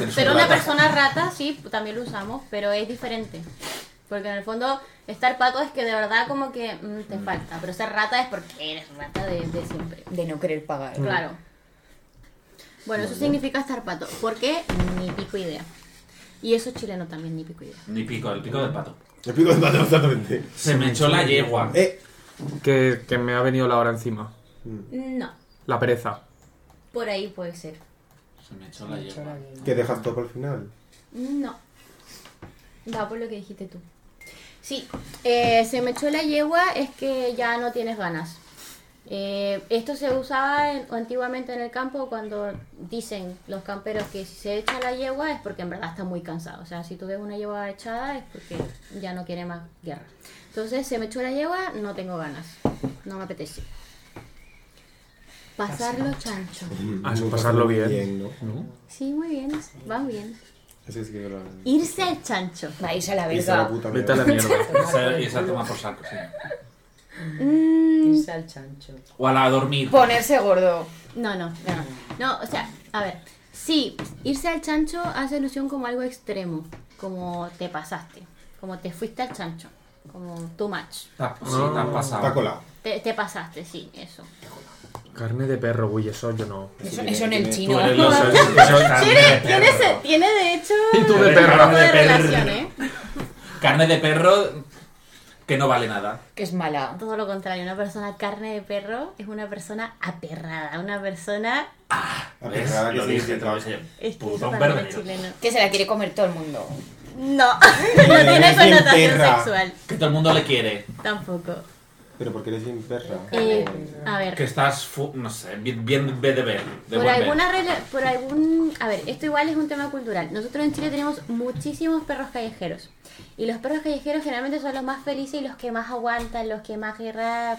S1: Eres
S2: Pero
S1: un
S2: una
S1: rata.
S2: persona rata sí, también lo usamos, pero es diferente. Porque en el fondo estar pato es que de verdad como que mm, te falta, pero ser rata es porque eres rata de, de siempre.
S5: De no querer pagar.
S2: Claro. Bueno, eso significa estar pato. ¿Por qué? Ni pico idea. Y eso es chileno también, ni pico idea.
S1: Ni pico, el pico del pato.
S8: El pico del pato, exactamente.
S1: Se me echó la yegua.
S8: Eh,
S7: Que, que me ha venido la hora encima.
S2: No,
S7: La pereza.
S2: por ahí puede ser.
S1: Se me echó la yegua.
S8: que dejas todo para el final.
S2: No. Va por lo que dijiste tú. Sí, eh, se me echó la yegua es que ya no tienes ganas. Eh, esto se usaba en- antiguamente en el campo cuando dicen los camperos que si se echa la yegua es porque en verdad está muy cansado. O sea, si tú ves una yegua echada es porque ya no quiere más guerra. Entonces, se me echó la yegua, no tengo ganas. No me apetece. Pasarlo chancho.
S7: Ah, es
S8: No
S7: pasarlo bien.
S8: ¿no?
S2: Sí, muy bien. Va bien.
S8: Ese sí que yo lo-
S2: Irse al chancho.
S5: Va a irse a la
S8: Irse a la
S5: verga.
S8: puta
S7: Vete a la
S8: mierda.
S7: mierda.
S1: Se- Y se ha tomado por saco, sí.
S6: Irse al chancho.
S1: O a la dormir.
S5: Ponerse gordo.
S2: No, no, no. No, o sea, a ver. Sí, irse al chancho hace alusión como algo extremo. Como te pasaste. Como te fuiste al chancho. Como too much.
S1: Te has- sí, te has
S8: Ah. Está
S1: pasado.
S8: colado.
S2: Te, te pasaste, sí, eso.
S7: Carne de perro, uy, eso yo no.
S5: Eso,
S8: tiene-
S5: eso en el
S8: tiene-
S5: chino.
S2: Tiene, tiene, se- tiene, de hecho.
S7: Y tú de
S2: un
S7: perro.
S2: poco
S1: De
S2: de
S1: perro.
S2: relación, ¿eh?
S1: Carne de perro que no vale nada.
S5: Que es mala.
S2: Todo lo contrario, una persona carne de perro es una persona aperrada. Una persona.
S1: ¿Ves?
S8: Aperrada,
S1: Lo
S8: que
S1: dije
S8: significa-
S1: otra vez. eh.
S2: Es que
S1: Puto
S2: eso
S1: un
S2: también es
S1: verdadero.
S2: chileno.
S5: Que se la quiere comer todo el mundo.
S2: No, no
S8: eres
S2: tiene
S8: bien
S2: connotación
S8: perra.
S2: sexual.
S1: Que todo el mundo le quiere.
S2: Tampoco.
S8: Pero porque eres bien perra.
S2: Eh, a ver.
S1: Que estás, fu- no sé, bien, bien de ver. De
S2: Por
S1: buen ver.
S2: alguna regla- por algún, a ver, esto igual es un tema cultural. Nosotros en Chile tenemos muchísimos perros callejeros y los perros callejeros generalmente son los más felices y los que más aguantan, los que más guerra,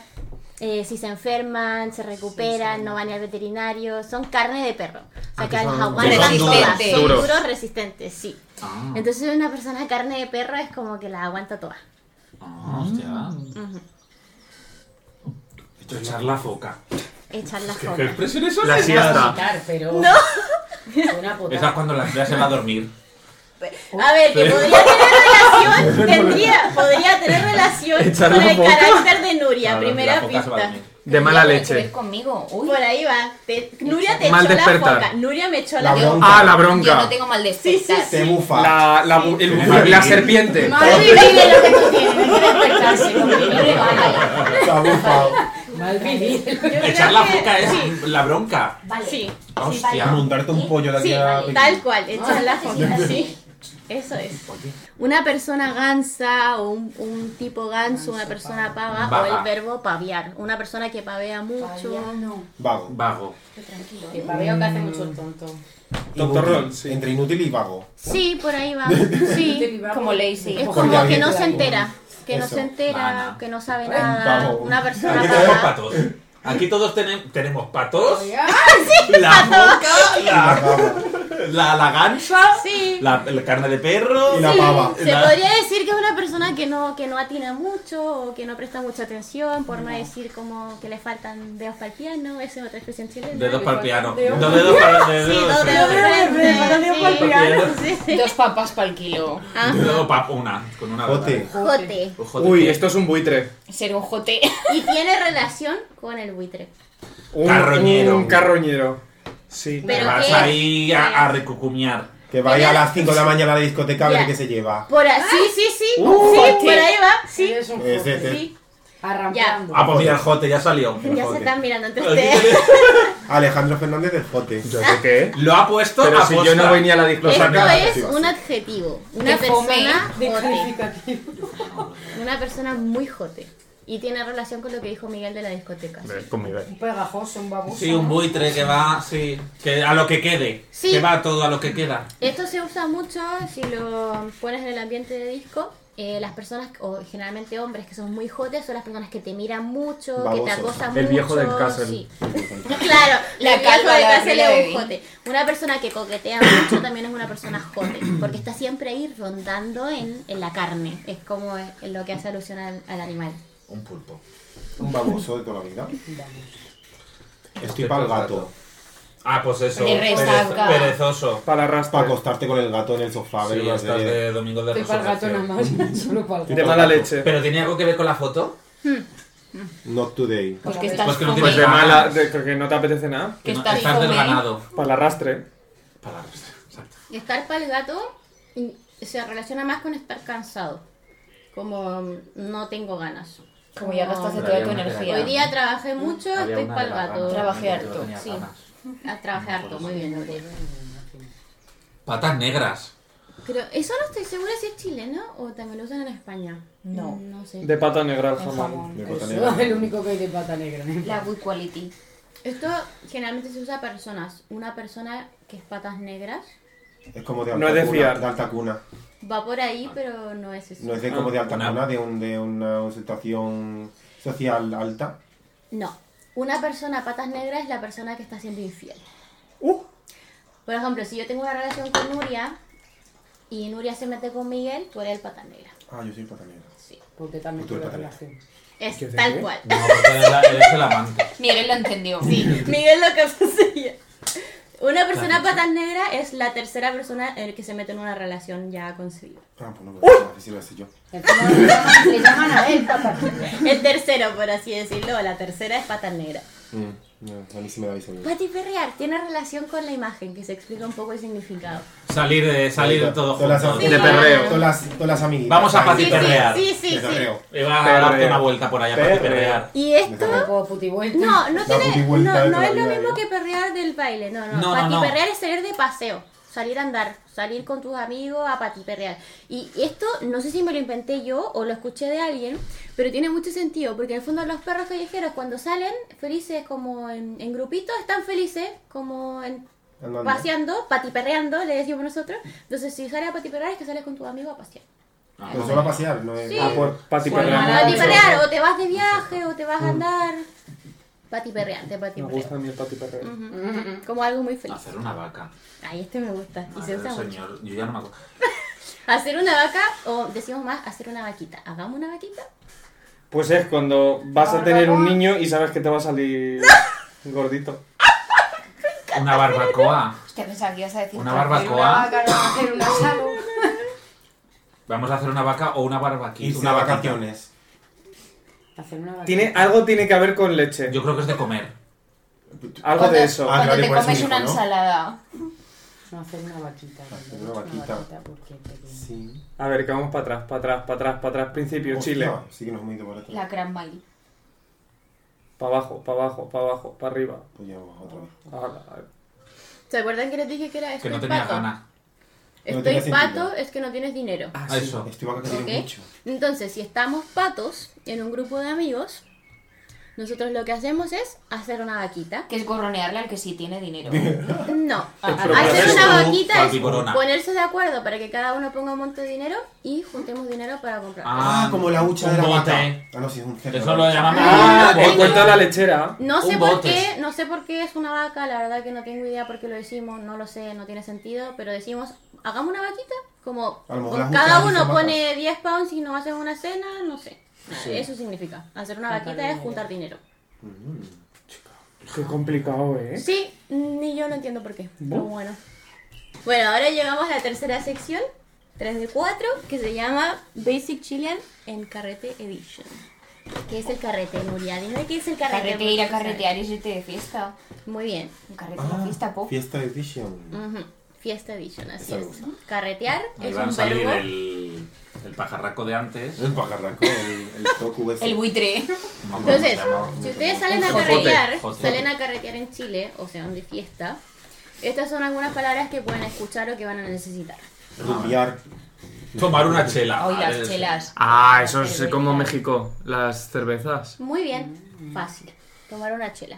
S2: eh, si se enferman, se recuperan, no van al veterinario, son carne de perro, o sea
S7: Ah,
S2: que
S7: que
S2: las
S7: son
S2: aguantan
S5: duros.
S2: todas, son
S7: Duros.
S2: duros, resistentes, sí.
S1: Ah,
S2: Entonces una persona carne de perro es como que la aguanta toda.
S1: ah, hostia. Esto es echar la foca.
S2: Echar la
S1: ¿Qué
S2: foca.
S1: expresión es esa?
S7: La siesta.
S6: Vomitar, pero... No. Una
S1: Esa es
S6: puta.
S1: cuando la Andrea se va a dormir.
S2: A ver, que
S1: Sí.
S2: podría tener relación, tendría, podría tener relación
S7: Echar
S2: con
S7: la
S2: el
S7: boca.
S2: carácter de Nuria,
S1: Claro, la
S2: primera
S1: foca se va a
S2: pista.
S1: dormir.
S7: De mala
S5: Tiene que ver
S7: leche.
S5: conmigo. Uy.
S2: Por ahí va. Te- Nuria te
S7: Mal
S2: echó
S7: despertar.
S2: la foca. Nuria me echó
S8: La
S2: la,
S8: bronca.
S7: Ah, la
S5: Yo no
S7: bronca.
S5: tengo mal de
S2: Sí, sí,
S5: espectar.
S8: Te bufa.
S7: La, la, bu- el bu- la serpiente.
S5: Mal vive lo que tú tienes. No quiero despertarse. Lo que vive, vale.
S8: Te ha bufado.
S6: Mal vivir.
S2: Yo creo
S1: Echar la
S2: que-
S1: foca es la bronca.
S5: Vale.
S2: Sí,
S1: Hostia.
S8: A montarte un pollo la
S2: sí,
S8: tía
S2: tal cual, echar la foca, sí. Eso es. Una persona gansa o un, un tipo ganso, una persona pava o
S1: Vaga.
S2: el verbo paviar. Una persona que pavea mucho.
S6: No.
S8: Vago.
S1: Vago.
S6: Que pabeo que hace mucho el tonto.
S8: Inútil.
S7: Tontorrón, sí.
S8: Entre inútil y vago.
S2: Sí, por ahí va. Sí.
S5: Como Lazy.
S8: Porque
S2: Es como que
S8: alguien
S2: no
S8: te
S2: se
S8: da
S2: entera, que no
S8: Eso.
S2: se entera,
S1: Vana.
S2: que no sabe
S8: Un
S2: nada,
S8: pavo.
S2: una persona
S1: Aquí tenemos
S2: vaga.
S1: patos. Aquí todos tenem- tenemos patos. La foca,
S8: La
S1: la,
S8: vago.
S1: la, la gansa,
S2: Sí.
S1: la, la carne de perro.
S8: Y la pava.
S2: Se
S1: La-
S2: podría decir que es una persona que no que no atina mucho o que no presta mucha atención, por no decir como que le faltan dedos para el piano, esa es otra expresión chilena.
S1: Dedos para el piano.
S6: Dedos.
S1: Dos dedos para el
S2: Sí,
S1: dedo.
S2: dos dedos para el frente,
S6: Dedos para el
S2: sí.
S1: piano.
S2: Sí.
S5: Dos papas para el kilo.
S2: Ajá.
S1: Dedo para una. Con una gata. Pues,
S8: Jote.
S2: Jote.
S1: Ojo de
S7: Uy,
S1: pie.
S7: esto es un buitre.
S5: Ser un jote.
S2: Y tiene relación con el buitre.
S7: Un
S1: Carroñero.
S7: Un carroñero. Sí.
S1: Te
S2: Pero
S1: vas
S2: qué-
S1: ahí a, a recucuñar.
S8: Que vaya a las 5 de la mañana a la discoteca a
S2: Ya.
S8: ver qué se lleva.
S2: Por ahí, sí, sí, sí.
S1: Uh,
S2: sí,
S1: jote.
S2: por ahí va. Sí.
S6: Eres un
S8: Ese,
S6: jote.
S8: ese.
S2: Sí.
S6: Arrampando.
S1: Ah, pues mira, el jote ya salió.
S2: Ya
S8: Jote.
S2: se están mirando entre
S1: Aquí
S2: ustedes.
S1: tenés-
S8: Alejandro Fernández del Jote.
S7: ¿Yo sé qué?
S1: Lo ha puesto
S7: Pero
S1: a
S7: si yo no
S1: posta.
S7: venía a la
S2: Esto
S7: discoteca.
S2: es
S8: sí, va,
S2: un
S8: sí.
S2: adjetivo. Una
S5: Qué fome.
S2: persona jote.
S6: Descalificativo.
S2: Una persona muy jote. Y tiene relación con lo que dijo Miguel de la discoteca.
S7: Ve, Con mi
S6: Un pegajoso, un baboso.
S1: Sí, un
S6: ¿no?
S1: buitre que va, sí, que a lo que quede,
S2: Sí.
S1: que va todo a lo que queda.
S2: Esto se usa mucho si lo pones en el ambiente de disco. Eh, las personas, o generalmente hombres que son muy jotes, son las personas que te miran mucho, que te
S8: Babosos.
S2: acosan mucho.
S7: El viejo del Castle.
S2: sí. Claro,
S5: La
S2: el viejo
S5: calva
S2: del Castle
S5: de Avril
S2: es un
S5: Lavigne.
S2: jote. Una persona que coquetea mucho también es una persona jote, porque está siempre ahí rondando en, en la carne. Es como es lo que hace alusión al- al animal.
S1: Un pulpo.
S8: Un baboso de toda la vida.
S6: Vamos.
S8: Estoy para el gato.
S1: Ah, pues eso.
S5: De
S1: perez-
S5: resaca.
S1: perezoso.
S7: Para
S8: Para
S7: arrastrar.
S8: acostarte con el gato en el sofá, ver
S1: Sí,
S8: una
S1: estás
S8: serie.
S1: de Domingo de
S6: Estoy para el gato nada
S1: Resurrección.
S6: más, solo para el
S7: De
S6: gato.
S7: mala leche.
S1: ¿Pero tiene algo que ver con la foto?
S8: Not today.
S5: Pues que estás
S1: Pues que no tienes
S7: Pues de
S1: ganas.
S7: mala. de- que no te apetece nada.
S5: Que
S1: no-
S5: estás
S1: estás del
S5: joven.
S1: ganado.
S7: Para el arrastre.
S1: Para exacto.
S2: Estar para el gato in- se relaciona más con estar cansado. Como mm, no tengo ganas.
S5: Como ya gastaste toda tu energía.
S2: Hoy día trabajé
S8: Mm,
S2: mucho, estoy para el gato.
S5: Traba- Trabajé harto,
S2: sí. Ah, Trabajé harto, muy bien. Nuria.
S1: Patas negras.
S2: Pero eso no estoy segura si es chileno o también lo usan en España.
S5: No.
S2: Mm, No sé.
S7: De pata negra al
S5: El
S7: jamón.
S5: jamón.
S8: De
S6: Eso
S8: pata
S6: es el
S8: negra.
S6: único que hay de pata negra.
S5: La good quality.
S2: Esto generalmente se usa a personas. Una persona que es patas negras
S8: Es como de
S7: No
S8: alta,
S7: es de
S8: cuna,
S7: fiar.
S8: de alta cuna.
S2: va por ahí, pero no es eso.
S8: Ah. No es de, como de alta
S1: Una-
S8: cuna, de, un, de una situación social alta.
S2: No. Una persona patas negras es la persona que está siendo infiel. Por ejemplo, si yo tengo una relación con Nuria y Nuria se mete con Miguel, tú eres el patas negra.
S8: Ah, yo soy pata negra.
S6: Porque también
S8: Tú
S6: tuve
S8: eres pata
S6: relación.
S2: Es
S7: ¿Qué te
S2: tal
S7: crees?
S2: cual.
S1: No, porque eres, la- eres el amante.
S5: Miguel lo entendió.
S2: Miguel lo que poseía. Una persona patas negras es la tercera persona en la que se mete en una relación ya concebida.
S8: Ah, pues no me gusta, si lo sé yo.
S6: Encima le llaman- Le llaman a él pata negra.
S2: El tercero, por así decirlo, o la tercera es patas negras.
S8: Mm, no, a mí sí me dais el
S2: Patiferrear tiene relación con la imagen, que se explica un poco el significado.
S1: Salir de, salir de todo
S8: Todas las-
S1: junto.
S2: De perreo.
S8: Todas las, todas las amiguitas.
S1: Vamos a
S8: ahí.
S2: Sí,
S1: patiferrear. Perrear.
S2: sí, sí, sí,
S8: De
S2: sí.
S8: perreo.
S1: Iba a
S7: Perreo.
S1: darte una vuelta por allá para
S7: Perreo.
S1: perrear.
S2: Y esto
S8: Deja-
S6: Un poco putivuelta.
S2: No, no,
S8: La
S2: tiene,
S8: putivuelta
S2: no,
S8: de
S2: no
S8: toda
S2: es
S8: la
S2: lo
S8: vida,
S2: mismo
S8: ¿eh?
S2: que perrear del baile, no, no.
S1: No, no, no.
S2: patiperrear es salir de paseo, salir a andar, salir con tus amigos a patiperrear. Y esto, no sé si me lo inventé yo o lo escuché de alguien, pero tiene mucho sentido, porque en el fondo los perros callejeros cuando salen felices como en, en grupitos, están felices como en-
S8: Andando.
S2: paseando, patiperreando, le decimos nosotros. Entonces si sales a patiperrear es que sales con tus amigos a pasear.
S1: Ah,
S7: Pues
S8: Pero solo Pues a pasear, no es.
S2: Sí.
S7: Ah, pues pati
S6: Bueno,
S7: perrea.
S6: nada, ni
S2: Patiperrear, o te vas de viaje, o te vas a andar. Patiperrear, te
S7: Me
S2: patiperrear.
S7: gusta a mí el pati perrea.
S2: Como algo muy feliz.
S1: Hacer una vaca.
S2: Ay, este me gusta. Y
S1: Madre
S2: se usa
S1: del
S2: mucho.
S1: señor, yo ya no me acuerdo.
S2: Hacer una vaca, o decimos más, hacer una vaquita. Hagamos una vaquita.
S7: Pues es cuando vas a tener un niño y sabes que te va a salir gordito.
S1: Una barbacoa.
S5: Hostia, pensaba que ibas a decir.
S1: Una
S5: otra cosa.
S6: Hacer una
S1: barbacoa.
S6: vaca, no hacer un asado.
S1: Vamos a hacer una vaca o una barbaquita.
S8: Irse
S1: Una
S8: a
S1: vaquita.
S8: vacaciones.
S6: Hacer una vaca.
S7: Tiene, algo tiene que ver con leche.
S1: Yo creo que es de comer.
S7: Algo
S5: Cuando,
S7: de eso.
S8: Ah,
S5: cuando
S8: claro,
S5: te
S8: y por eso
S5: comes
S8: dijo,
S5: una
S8: ¿no?
S5: ensalada.
S6: No hacer una vaquita.
S8: Hacer una vaquita.
S6: porque es pequeña.
S8: Sí.
S7: A ver, que vamos para atrás, para atrás, para atrás, para atrás. Principio,
S8: Hostia,
S7: Chile.
S8: Sí que nos hemos ido por atrás.
S5: La gran Mali.
S7: Para abajo, para abajo, para abajo, para arriba.
S8: Pues ya vamos otra vez.
S7: Ala, a ver.
S2: ¿Se acuerdan que les dije que era
S1: Que
S2: estoy
S1: no tenía
S2: pato?
S1: ganas.
S8: No
S2: Estoy
S8: tenía
S2: pato,
S8: sentido.
S2: es que no tienes dinero.
S1: Ah, Eso.
S8: Estoy Este vaca que
S2: ¿Ok?
S8: tiene mucho.
S2: Entonces, si estamos patos en un grupo de amigos, nosotros lo que hacemos es hacer una vaquita.
S5: Que es gorronearle al que sí tiene dinero.
S2: No.
S7: Expropiar.
S2: Hacer una vaquita es
S1: Guapicorona.
S2: ponerse de acuerdo para que cada uno ponga un monte de dinero y juntemos dinero para comprar.
S1: Ah,
S8: Ah, como la hucha de la
S1: un
S8: vaca.
S1: bote.
S8: Ah, no, sí, es un cerdo.
S1: Eso lo llamamos.
S7: Ah,
S1: un bote.
S7: en cuenta la lechera.
S2: No sé
S1: Un
S2: por
S1: botes.
S2: qué, no sé por qué es una vaca, la verdad que no tengo idea por qué lo decimos, no lo sé, no tiene sentido, pero decimos, hagamos una vaquita, como
S8: A lo mejor
S2: con
S8: las
S2: cada
S8: mujeres
S2: uno
S8: dicen
S2: pone 10 pounds y no hacen una cena, no sé. Eso significa, hacer una
S6: Juntar
S2: vaquita es
S6: dinero.
S2: juntar dinero.
S7: Qué complicado, ¿eh?
S2: Sí, ni yo no entiendo por qué, pero
S7: ¿No?
S2: bueno. Bueno, ahora llegamos a la tercera sección, 3 de 4, que se llama Basic Chilean en Carrete Edition. ¿Qué es el carrete, Nuria? Dime qué es el carrete.
S5: Carrete,
S2: porque
S5: ir a
S2: no sabes.
S5: carretear y irte de fiesta.
S2: Muy bien.
S5: Un carrete de
S8: Ah,
S5: fiesta, po.
S8: Fiesta Edition.
S2: Ujú, Fiesta Edition, así
S8: Esa me
S2: es.
S8: gusta.
S2: Carretear
S1: Ahí
S2: es
S1: van a
S2: un
S1: salir
S2: verbo.
S1: el, el pajarraco de antes.
S8: El pajarraco, el, el toku ese.
S5: El buitre.
S1: No,
S2: Entonces,
S1: ¿cómo se llama?
S2: si ustedes salen a
S7: Jocote,
S2: carretear,
S1: jocote.
S2: salen a carretear en Chile, o sea, de fiesta, estas son algunas palabras que pueden escuchar o que van a necesitar.
S8: Rubiar.
S1: Tomar una chela.
S5: Hoy las
S1: Vale,
S5: chelas.
S7: Ah,
S5: eso es como
S7: México, las cervezas.
S2: Muy bien, fácil. Tomar una chela.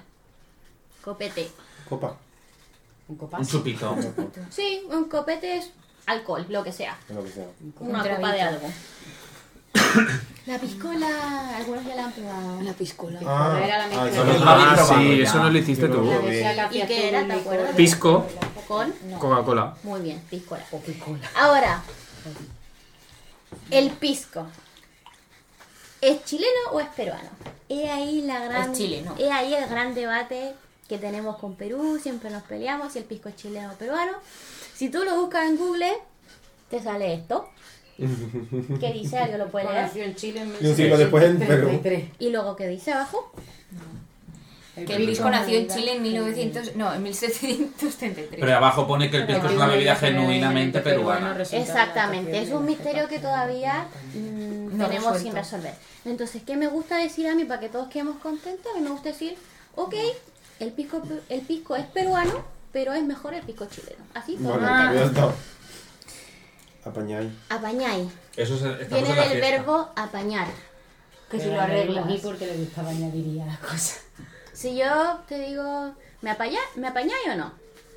S2: Copete.
S8: Copa.
S1: Un
S6: Un copazo.
S1: chupito.
S2: Sí, un copete es alcohol, lo que sea.
S8: Es lo que sea.
S2: Una
S5: traguito.
S2: copa de algo. La piscola, algunos ya la han probado.
S5: La piscola.
S8: Ah,
S6: Era la mezcla.
S8: ah, eso
S1: Pero
S8: no
S1: tú
S8: lo
S1: lo habéis
S8: vi.
S1: probado ya.
S7: hiciste
S8: Yo lo
S6: La
S8: probé.
S6: mezcla
S2: ¿Y
S6: hacía
S2: qué
S6: tú
S2: era? ¿Te
S6: licor
S2: acuerdas?
S6: de-
S7: Pisco,
S2: Con.
S7: Coca-Cola.
S2: Muy bien, piscola.
S6: o Coca-Cola.
S2: Ahora, el pisco. ¿Es chileno o es peruano? He ahí la gran.
S5: Es chileno.
S2: He ahí el gran debate que tenemos con Perú, siempre nos peleamos, si el pisco es chileno o peruano. Si tú lo buscas en Google, te sale esto. ¿Qué dice? ¿Alguien lo puede leer?
S6: Nació en Chile en
S8: Y un siglo después en
S6: 1733.
S2: Y luego, ¿qué dice abajo?
S5: Que el pisco nació en Chile en 1900, no, en 1733.
S1: Pero abajo pone que el pisco es una bebida genuinamente peruana.
S2: Exactamente, es un misterio que todavía mm,
S5: No
S2: tenemos sin
S5: resuelto.
S2: resolver. Entonces, ¿qué me gusta decir a mí para que todos quedemos contentos? A mí me gusta decir, ok, el pisco, el pisco es peruano, pero es mejor el pisco chileno. Así todo
S8: Bueno,
S2: el
S8: ya está. Apañáis.
S5: Ah.
S2: Apañáis.
S1: Eso es, estamos
S2: Viene
S1: en la
S2: del
S1: fiesta.
S2: verbo apañar.
S5: Que si lo arreglas.
S6: aquí porque le gustaba añadiría las cosas.
S2: Si yo te digo, ¿me, apaña, ¿me apañáis o no?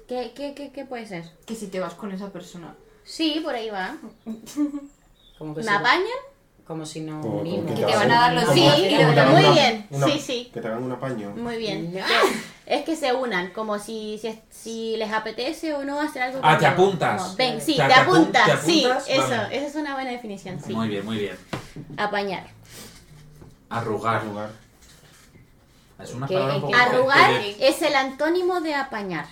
S2: ¿Qué, qué, qué, qué puede ser?
S5: Que si te vas con esa persona.
S2: Sí, por ahí va.
S6: Como que
S5: Pues
S2: ¿Me
S6: si-
S2: apañan?
S6: Como si no
S8: Como- como
S6: unimos.
S8: que
S5: te van a dar los
S8: Como-
S5: sí
S8: como
S5: y
S8: que
S5: los
S8: te hagan
S2: Muy
S8: una-
S2: bien,
S8: una-
S2: sí, sí.
S8: Que te hagan un apaño.
S2: Muy bien. Ah. Es que se unan, como si, si, si les apetece o no hacer algo.
S1: Ah,
S2: con-
S1: te apuntas.
S2: No, ven, sí,
S1: O sea,
S2: te
S1: te apu-
S2: apuntas.
S1: te
S2: sí,
S1: apuntas,
S2: eso,
S1: vale.
S2: esa es una buena definición, sí.
S1: Muy bien, muy bien.
S2: Apañar.
S1: Arrugar.
S8: Lugar.
S1: Es una
S6: ¿Qué-
S1: palabra un este
S6: qué-
S1: poco-
S2: Arrugar
S1: que- que-
S2: es el antónimo de apañar.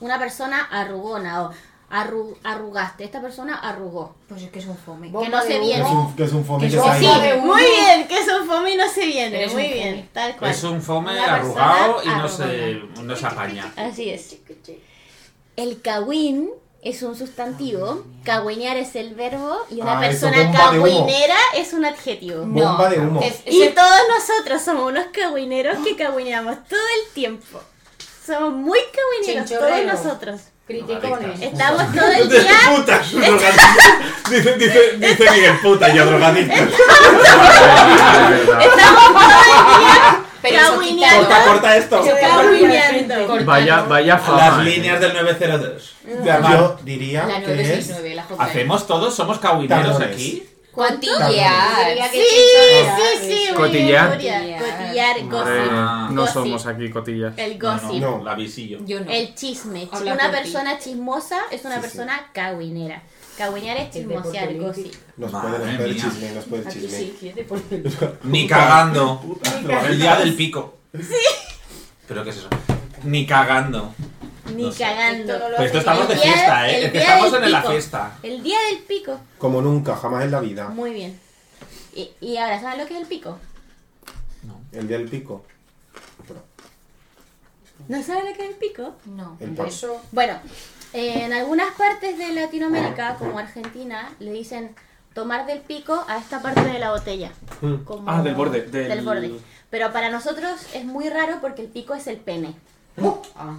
S2: Una persona arrugona o arru- arrugaste. Esta persona arrugó.
S5: Pues es que es un fome.
S2: Que no se
S8: Que es
S2: viene.
S8: un, que es un fome
S5: Que
S8: que
S5: yo
S8: está
S5: sí.
S8: ahí.
S2: muy bien, que es un fome y no se viene.
S5: Eres
S2: Muy
S5: un
S2: bien,
S5: fome.
S2: tal cual.
S1: Es un fome
S2: Una persona
S1: arrugado y no se,
S2: arrugona.
S1: no se apaña.
S2: Así es. El cagüín es un sustantivo, cagüinear es el verbo y una
S8: Ah, eso,
S2: persona
S8: bomba de humo.
S2: cagüinera es un adjetivo.
S8: Bomba de humo.
S5: Es-
S2: Y
S5: es-
S2: todos nosotros somos unos cagüineros que cagüineamos todo el tiempo. Somos muy cagüineros todos
S6: Chinchorreros.
S2: nosotros.
S6: Criticones.
S2: Estamos todo el día
S3: Putas, dice, dice, dice Miguel, puta, yo drogadicto.
S5: pero eso
S2: cagüineando.
S5: quítalo.
S8: Corta esto.
S2: cagüineando.
S3: Vaya, vaya fama.
S7: eh.
S1: Las líneas del 902.
S8: Yo diría
S5: La
S8: que es
S5: 969, la J.
S1: ¿Hacemos todos? ¿Somos cagüineros
S8: Cabrones.
S1: aquí?
S5: Cotillear.
S2: Sí, sí, sí, muy
S3: Cotillear.
S2: bien, Nuria. Cotillear,
S3: Hombre,
S2: gossip.
S3: no
S2: Gossip. Eh,
S3: somos aquí cotillas.
S2: El
S1: No,
S2: gossip.
S1: no,
S8: No.
S1: la visillo.
S5: Yo no.
S2: El chisme.
S5: Habla
S2: una
S5: por ti.
S2: persona chismosa es una persona cagüinera. Cagüinear es chismosear,
S6: deporte
S2: gossip.
S8: nos
S1: Madre
S8: puede nos puede el
S1: mía.
S8: chisme, nos puede el
S6: Aquí
S8: chisme.
S6: sí, que es deporte.
S1: Ni cagando. El día del pico. Sí. ¿Pero qué es eso? Ni cagando.
S2: Ni
S1: No sé.
S2: cagando.
S1: Pero esto estamos de
S2: El día-
S1: fiesta,
S2: el
S1: ¿eh? Es que
S2: día
S1: estamos
S2: del
S1: en la
S2: pico.
S1: fiesta.
S2: El día del pico.
S8: Como nunca, jamás en la vida.
S2: Muy bien. Y, y ahora, ¿sabes lo que es el pico?
S8: El día del pico.
S2: ¿No sabes lo que es el pico?
S5: No.
S8: El pan.
S6: Eso.
S2: Bueno, eh, en algunas partes de Latinoamérica, como Argentina, le dicen tomar del pico a esta parte de la botella.
S1: Mm.
S2: Como-
S7: Ah, del borde, del-
S2: Del borde. Pero para nosotros es muy raro porque el pico es el pene.
S6: Ah.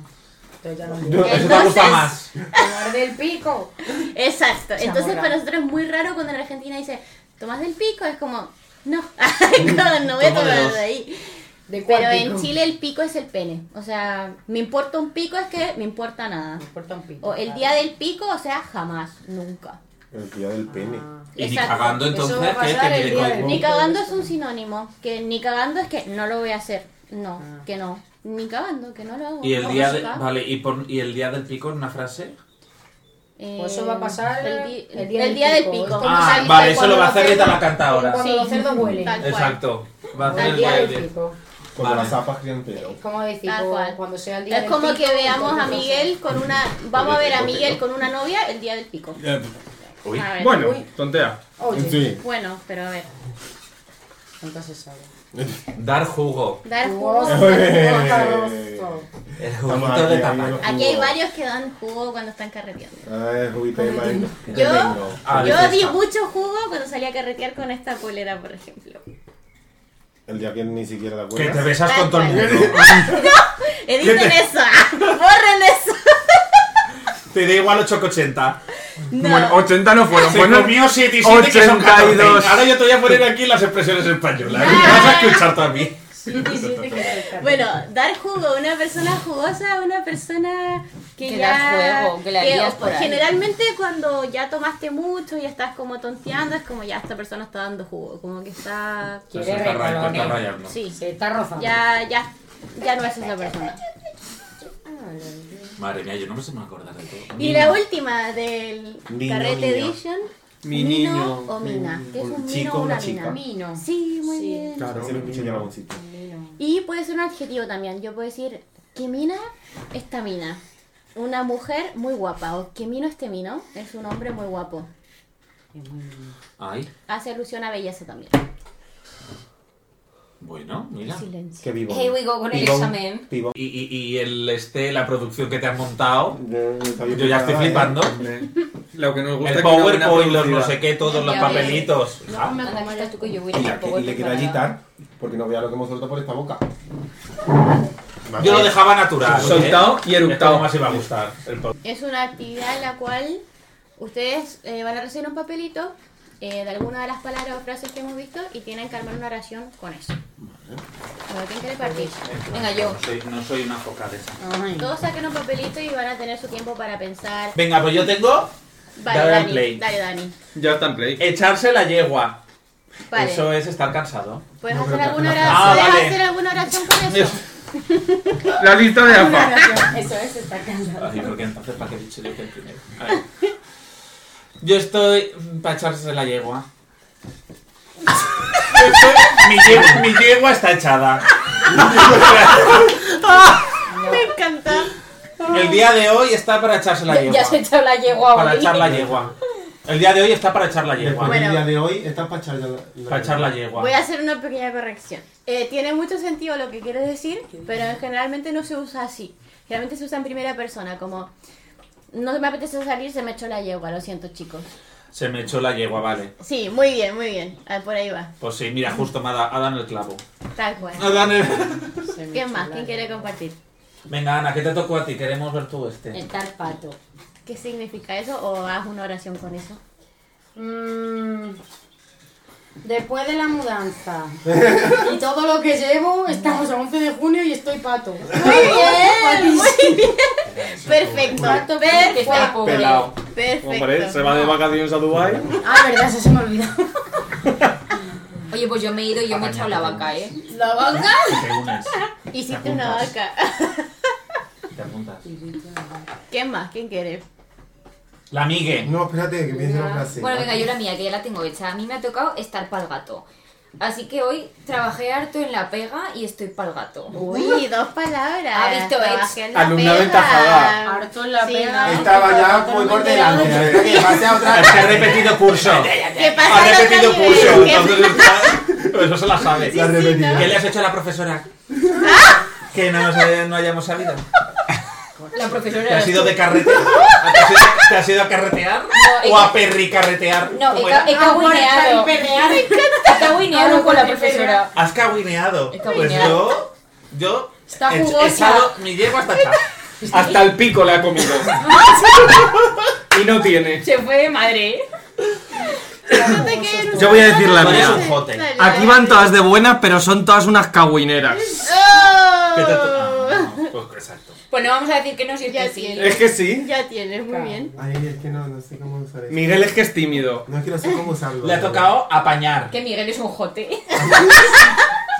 S6: Entonces ya no
S8: Yo-
S1: Eso te gusta
S2: Entonces-
S1: más.
S6: Tomar del pico.
S2: Exacto.
S6: Se
S2: Entonces
S6: amorra.
S2: para nosotros es muy raro cuando en Argentina dice, ¿tomás del pico? Es como, no, no, no voy a
S1: Tomo de
S2: tomar
S1: dos.
S2: de ahí.
S6: ¿De cuál
S2: Pero en
S6: pico?
S2: Chile el pico es el pene. O sea, me importa un pico es que me importa nada.
S6: Me importa un pico. Ah,
S2: O el
S6: claro.
S2: día del pico, o sea, jamás, nunca.
S8: El día del pene.
S1: Y ni
S2: Exacto.
S1: cagando
S6: Eso
S1: entonces,
S6: va
S1: ¿qué?
S6: a
S1: que
S6: pasar
S1: ni
S6: el
S1: de
S6: día
S1: coño.
S6: del
S2: Ni
S6: Punto
S2: cagando
S6: de
S2: es un sinónimo. Que ni cagando es que no lo voy a hacer. No,
S6: Ah.
S2: que no. Ni cagando, que no lo hago.
S1: Y el
S2: No,
S1: día
S2: no
S1: de,
S2: se caga.
S1: vale, y, pon- y el día del pico en una frase.
S2: Eh,
S6: Pues eso va a pasar
S2: el, di-
S6: el día
S2: el día del pico.
S6: Es como
S1: Ah,
S6: saliste
S1: vale, eso
S6: cuando
S1: lo va a
S6: la
S1: hacer Rita
S6: cerda-
S1: la canta ahora.
S6: Cuando los cerdos huelen.
S2: Tal cual.
S1: Exacto. Va a hacer
S6: Ah, El
S1: el
S6: día
S1: día
S6: del
S1: del-
S6: pico.
S8: Cuando las
S1: Vale.
S8: zapas crían pelo.
S6: Es como decir,
S2: Tal cual.
S6: cuando sea el día
S2: Es
S6: del
S2: como que
S6: pico,
S2: veamos a
S6: entonces,
S2: Miguel con una. Vamos a ver a Miguel con una novia el día del pico.
S1: Eh, Uy.
S2: A ver.
S3: Bueno, tontea.
S6: Oye,
S8: Sí.
S2: Bueno, pero a ver.
S6: nunca se sabe.
S1: Dar jugo.
S2: Dar jugo.
S4: Eh.
S6: Oh,
S8: Ojo.
S6: Eh,
S1: El
S8: Estamos
S1: juguito
S8: aquí,
S1: de
S8: ahí
S1: tapa.
S8: los
S2: Aquí hay
S8: jugos.
S2: varios que dan jugo cuando están carreteando.
S8: Ay, juguito de mango.
S2: Yo-
S8: De mango.
S1: Ah, de
S2: Yo di
S1: fiesta.
S2: mucho jugo cuando salía a carretear con esta polera, por ejemplo.
S8: El día que ni siquiera la
S1: Que te
S8: acuerdas.
S1: besas con todo el mundo.
S2: Editen eso, ah, borren eso.
S1: Te da igual 880.
S2: No.
S3: Bueno, 80 no fueron,
S1: Se
S7: pues
S3: bueno,
S1: comió 7 y 7 que son
S3: 82.
S1: 14. Ahora yo te voy a poner aquí las expresiones españolas. Vas a escuchar también.
S2: Bueno, dar jugo a una persona jugosa, a una persona que,
S5: Que
S2: ya...
S5: da juego, que la lías por ahí.
S2: Generalmente cuando ya tomaste mucho y estás como tonteando, es como ya esta persona está dando jugo, como que está...
S6: Quiere
S1: Eso está ra-
S6: recolonear.
S1: está rayando.
S2: Sí,
S6: Se está rozando.
S2: ya, ya, ya no es esa persona.
S1: Madre mía, yo no me sé me acordar de todo.
S2: Y la última del
S8: Mino,
S2: Carrete
S8: niño.
S2: Edition,
S7: Mi
S2: Mino
S7: niño.
S2: o Mina, que es un
S8: Un
S2: Mino
S8: chico,
S2: o una
S8: una chica.
S2: Mina.
S6: Mino.
S2: Sí, muy
S6: Sí.
S2: bien.
S8: Hacer un pinche de lagoncito.
S2: Y puede ser un adjetivo también. Yo puedo decir Oskemina, esta mina. Una mujer muy guapa. Oskemino este mino es un hombre muy guapo.
S1: Ay,
S2: Hace alusión a belleza también.
S1: bueno, mira.
S2: Silencio.
S4: Que vivo.
S5: Here we go con el
S4: Pibón,
S5: examen.
S4: pibón.
S1: Y, y, y el este, la producción que te has montado,
S8: Yo
S1: yo ya estoy flipando.
S7: Lo que nos gusta
S1: El
S7: es que una buena
S1: PowerPoint, los no
S7: publicidad.
S1: sé qué, todos los
S5: Ya ves.
S1: papelitos. Ja.
S5: Anda, que estás tú que yo voy a
S8: Y
S5: ir
S8: la
S5: al
S8: que-
S5: poco
S8: le quiero
S5: preparada.
S8: agitar porque no vea lo que hemos soltado por esta boca.
S1: Yo lo dejaba natural. ¿eh?
S7: Soltado y
S1: Es como
S7: eructado.
S1: más iba a gustar el podcast.
S2: Es una actividad en la cual ustedes eh, van a recibir un papelito eh, de alguna de las palabras o frases que hemos visto y tienen que armar una oración con eso. Bueno, ¿quién quiere partir?
S5: Venga, yo.
S1: No soy, no soy una foca de esa.
S6: Ay.
S2: Todos saquen un papelito y van a tener su tiempo para pensar.
S1: Venga, pues yo tengo Dale
S2: Vale,
S1: al
S2: Dani.
S1: play.
S2: Dale, Dani.
S7: Ya está en play.
S1: echarse la yegua.
S2: Vale.
S1: Eso es estar cansado.
S2: ¿Puedes,
S4: No,
S2: hacer
S4: pero-
S2: alguna oración?
S1: Ah,
S2: ¿Puedes
S1: vale.
S2: hacer alguna oración con eso?
S7: La lista de APA.
S6: Eso es, está cansado.
S1: Ay, porque entonces, ¿para qué he dicho yo que el primero? A ver. Yo estoy para echarse la yegua. Yo estoy- mi, yegua mi yegua está echada.
S2: Me encanta.
S1: El día de hoy está para echarse la
S5: Ya,
S1: yegua.
S5: ya se echó la yegua
S1: Para
S5: hoy.
S1: echar la yegua. El día de hoy está para echar la
S8: Después
S1: yegua.
S2: Bueno.
S8: del día de hoy, estás para echar ya la, la-
S1: Para echar la yegua.
S2: Voy a hacer una pequeña corrección. Eh, tiene mucho sentido lo que quiero decir, pero generalmente no se usa así. Generalmente se usa en primera persona, como no me apetece salir, se me echó la yegua, lo siento chicos.
S1: Se me echó la yegua, vale.
S2: Sí, muy bien, muy bien. Ah, por ahí va.
S1: Pues sí, mira, justo me ha, da- ha dado en el clavo.
S2: Tal cual.
S7: Ah,
S1: Ha dado en el-
S6: Se me
S2: ¿Quién más?
S6: chula.
S2: ¿Quién quiere compartir?
S1: Venga, Ana, ¿qué te tocó a ti? Queremos ver tú este.
S5: Está el pato.
S2: ¿Qué significa eso? ¿O haz una oración con eso?
S6: Mm, Después de la mudanza y todo lo que llevo, estamos a 11 de junio y estoy pato.
S2: Muy bien, muy bien. Perfecto.
S5: Que está
S2: Perfecto.
S5: pobre.
S7: Pelado. Hombre, se
S2: Perfecto.
S7: va de vacaciones a Dubai.
S6: Ah, verdad, eso se me olvidó.
S5: Oye, pues yo me he ido y yo me he echado la vaca, ¿eh?
S2: La vaca.
S1: Te unes,
S2: Hiciste una vaca.
S1: te apuntas.
S2: ¿Quién más? ¿Quién quiere?
S1: La migue.
S4: No, espérate, que pienso en una frase.
S5: Bueno, venga, yo la mía, que ya la tengo hecha. A mí me ha tocado estar pa'l gato. Así que hoy trabajé harto en la pega y estoy pa'l gato.
S2: Uy, dos palabras.
S5: Ha visto
S2: Trabajé
S5: ex.
S2: en la
S7: Alumna
S2: pega.
S7: aventajada.
S6: Harto en la
S2: Sí,
S6: pega.
S2: no.
S4: Estaba ya muy por delante. hasta que pase a otra.
S1: Es que ha repetido curso.
S2: ¿Qué pasa?
S1: Ha
S2: al otro
S1: repetido
S2: nivel?
S1: curso.
S2: ¿Qué
S1: entonces está- Eso se la sabe.
S4: La repetida.
S1: ¿Qué le has hecho a la profesora?
S5: Ah.
S1: Que no, nos, eh, no hayamos sabido.
S5: La profesora
S1: ¿Te has
S5: eres
S1: ido
S5: tú.
S1: de carrete? ¿Te has ido, te has ido a carretear?
S5: he
S1: ¿O a
S5: ca-
S1: perricarretear?
S5: No, he,
S1: ¿Cómo
S5: ca
S1: era?
S5: he caguineado. He
S6: Ah,
S5: caguineado con la profesora.
S1: ¿Has cabineado?
S5: He
S1: Pues
S5: cabineado.
S1: yo. Yo.
S6: Está
S1: he- he
S6: jugosa.
S1: echado mi yegua hasta atrás.
S7: Hasta el pico la ha comido. Y no tiene.
S5: Se fue de madre.
S2: No te quedes
S7: Yo voy a decir la
S1: Tú eres
S7: mía.
S1: un jote.
S7: Aquí van todas de buenas, pero son todas unas cagüineras.
S2: ¡Oh!
S1: ¿Qué te ah, no, pues exacto.
S5: Pues no vamos a decir que no, si es
S2: Ya
S5: que sí.
S2: tiene.
S7: Es que sí.
S2: Ya tienes, muy bien.
S4: Ay, es que no, no sé cómo usar eso.
S7: Miguel es que es tímido.
S4: No es que no sé cómo usarlo.
S1: Le ha tocado apañar.
S5: Que Miguel es un jote.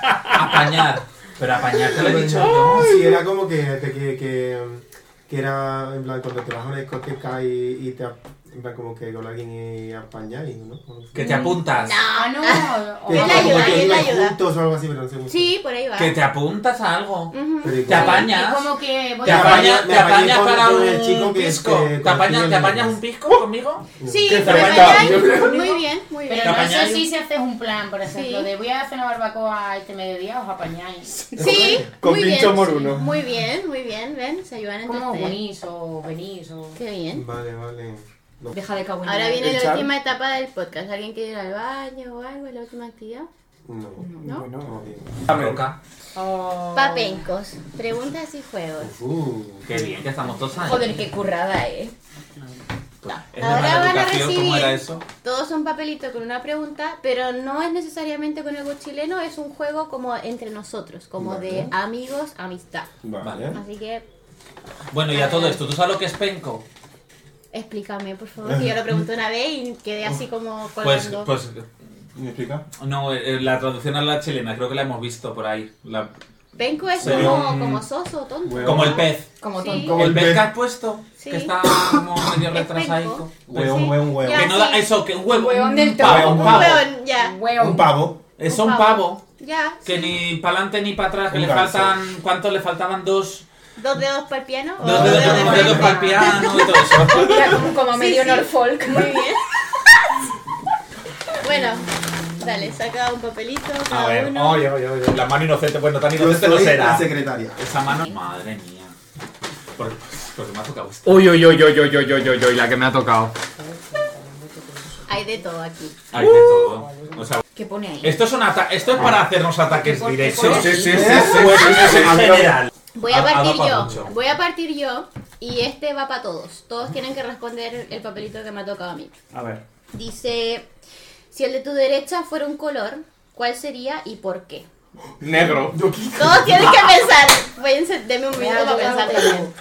S1: Apañar. Pero apañar te lo he dicho yo.
S4: No, sí, era como que, de que, que, que era, en plan, cuando te vas a una discoteca y, y te, ap- en plan, como que con alguien y apañáis, ¿no? O sea,
S1: Que te apuntas.
S6: Ah, no.
S4: que
S2: Él
S4: como
S2: ayuda,
S4: que
S2: él
S4: ibais
S2: ayuda.
S4: juntos o algo así, pero no sé mucho.
S2: Sí, por ahí va.
S1: Que te apuntas a algo.
S2: Ujú.
S4: Pero igual-
S1: Te apañas.
S6: Y como que voy
S1: Te
S4: Me apañé-
S6: a...
S1: apañas,
S4: me
S1: te
S4: apañé
S1: apañas
S4: con-
S1: para
S4: con el
S1: un
S4: chico que-
S1: pisco.
S4: que-
S1: ¿Te
S4: con
S1: apañas,
S4: el Uh,
S1: te
S4: niño.
S1: apañas un pisco conmigo?
S2: Sí,
S7: Qué
S2: por ahí
S7: frecuentado,
S2: va.
S7: yo creo.
S2: Muy bien, muy bien.
S6: Pero no sé
S1: apañáis?
S6: si si haces un plan, por ejemplo,
S2: Sí.
S6: de voy a hacer una barbacoa este mediodía, os apañáis.
S2: Sí,
S7: Con
S2: muy
S7: pincho
S2: bien.
S7: moruno.
S2: Muy bien, muy bien. Ven, se ayudan entre
S6: Como
S2: ustedes.
S6: venís o venís o...
S2: Qué bien.
S4: Vale, vale. No.
S5: Deja de caguinear.
S2: Ahora viene la
S7: Echar.
S2: última etapa del podcast. ¿Alguien quiere ir al baño o algo? ¿La última actividad?
S4: No.
S2: ¿No?
S4: Como que-
S1: Roca.
S6: o-
S2: Papencos, preguntas y juegos.
S4: Uh,
S1: Qué bien, que estamos todos ahí.
S5: Joder, qué currada, eh.
S1: Es de
S2: Ahora
S1: mala
S2: van a
S1: educación, ¿Cómo
S2: recibir-
S1: era eso?
S2: Todos son papelitos con una pregunta, pero no es necesariamente con algo chileno, es un juego como entre nosotros, como de amigos, amistad.
S8: Vale.
S2: Así que
S1: Bueno, y a todo esto, ¿tú sabes lo que es penco?
S2: explícame, por favor, que yo lo pregunté una vez y quedé así como
S1: Pues,
S2: colgando.
S1: pues,
S8: ¿Me explica?
S1: no, eh, la traducción a la chilena creo que la hemos visto por ahí. La-
S2: Penco es
S1: sería
S2: como,
S1: un-
S2: como soso, tonto.
S8: Huevo.
S1: como el pez.
S5: Como
S2: Sí.
S5: tonto.
S1: Como el,
S8: el
S1: pez
S8: pez.
S1: que has puesto,
S2: Sí.
S1: que está como medio
S2: Es
S1: retrasado.
S8: Hueón, hueón, hueón.
S1: Que no da,
S2: Sí.
S1: eso, que un huevo.
S5: Hueón
S1: un
S5: del
S1: pavo,
S8: toro.
S1: un
S2: Un
S1: pavo.
S2: hueón, ya.
S8: Un pavo.
S1: Es
S2: Un
S1: un
S2: pavo.
S1: pavo.
S2: Ya.
S1: Que
S2: sí.
S1: ni para adelante ni para atrás, que
S8: Un
S1: le
S8: ganso.
S1: faltan. ¿Cuánto le faltaban? Dos.
S2: Dos dedos para el piano. o
S1: Dos dedos, dos dedos para el piano y todo eso.
S5: Era como, como medio
S2: sí.
S5: Norfolk.
S2: Muy bien. bueno, dale, saca un papelito cada
S9: A ver,
S2: uno.
S9: oye, oye, oye. La mano inocente, pues no tan
S4: Yo
S9: inocente no
S4: soy la
S9: será.
S4: secretaria.
S1: Esa mano. Madre mía. Por, porque me ha tocado usted.
S3: Uy, uy, uy, uy, uy, uy, uy, uy, uy, la que me ha tocado.
S2: Hay de todo aquí.
S1: Hay de todo. O sea,
S5: ¿Qué pone ahí?
S1: esto es, un ata- esto es para hacernos ataques
S5: Porque
S1: directos.
S5: por-
S9: Ah. Sí, sí, sí,
S1: Pues
S9: sí, sí,
S1: es
S9: sí.
S1: en general.
S2: Voy a
S1: Ha- ha dado
S2: partir
S1: para
S2: yo.
S1: mucho.
S2: Voy a partir yo. Y este va para todos. Todos tienen que responder el papelito que me ha tocado a mí.
S3: A ver.
S2: Dice, si el de tu derecha fuera un color, ¿cuál sería y por qué?
S3: Negro.
S2: Todos tienen que pensar. Váyanse, denme un minuto
S6: Ya,
S2: para
S6: ya, ya,
S2: pensar
S6: ya.
S2: también.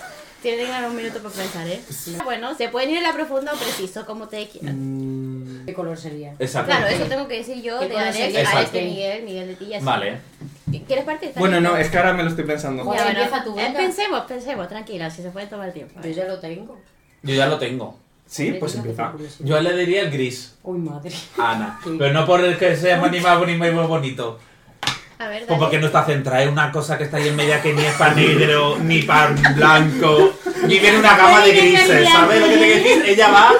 S2: Tienen que dar un minuto para pensar, ¿eh? Bueno, se pueden ir a la profunda o preciso, como te quieran.
S6: ¿Qué color sería?
S1: Exacto.
S2: Claro, eso tengo que decir yo
S6: ¿Qué
S2: de
S6: color
S2: Alex,
S6: sería?
S2: Alex
S1: Exacto.
S2: de Miguel, Miguel de ti y así.
S1: Vale.
S2: ¿Quieres partir?
S3: Bueno, no,
S2: También.
S3: es que ahora me lo estoy pensando.
S2: Ya, bueno,
S6: Empieza tú,
S2: eh,
S6: venga.
S2: pensemos, pensemos, tranquila, si se puede tomar tiempo.
S6: Yo ya lo tengo.
S1: Yo ya lo tengo.
S3: Sí, pues
S6: Tengo
S3: empieza.
S6: curiosidad.
S1: Yo le diría el gris.
S6: Uy, madre.
S1: Ana. Pero no por el que sea ni más bonito ni más bonito.
S2: A ver,
S1: Pues
S2: dale.
S1: porque no está centrada, es una cosa que está ahí en media que ni es pan negro, ni pan blanco, ni viene una gama de grises, ¿sabes lo que te quiero decir? Ella va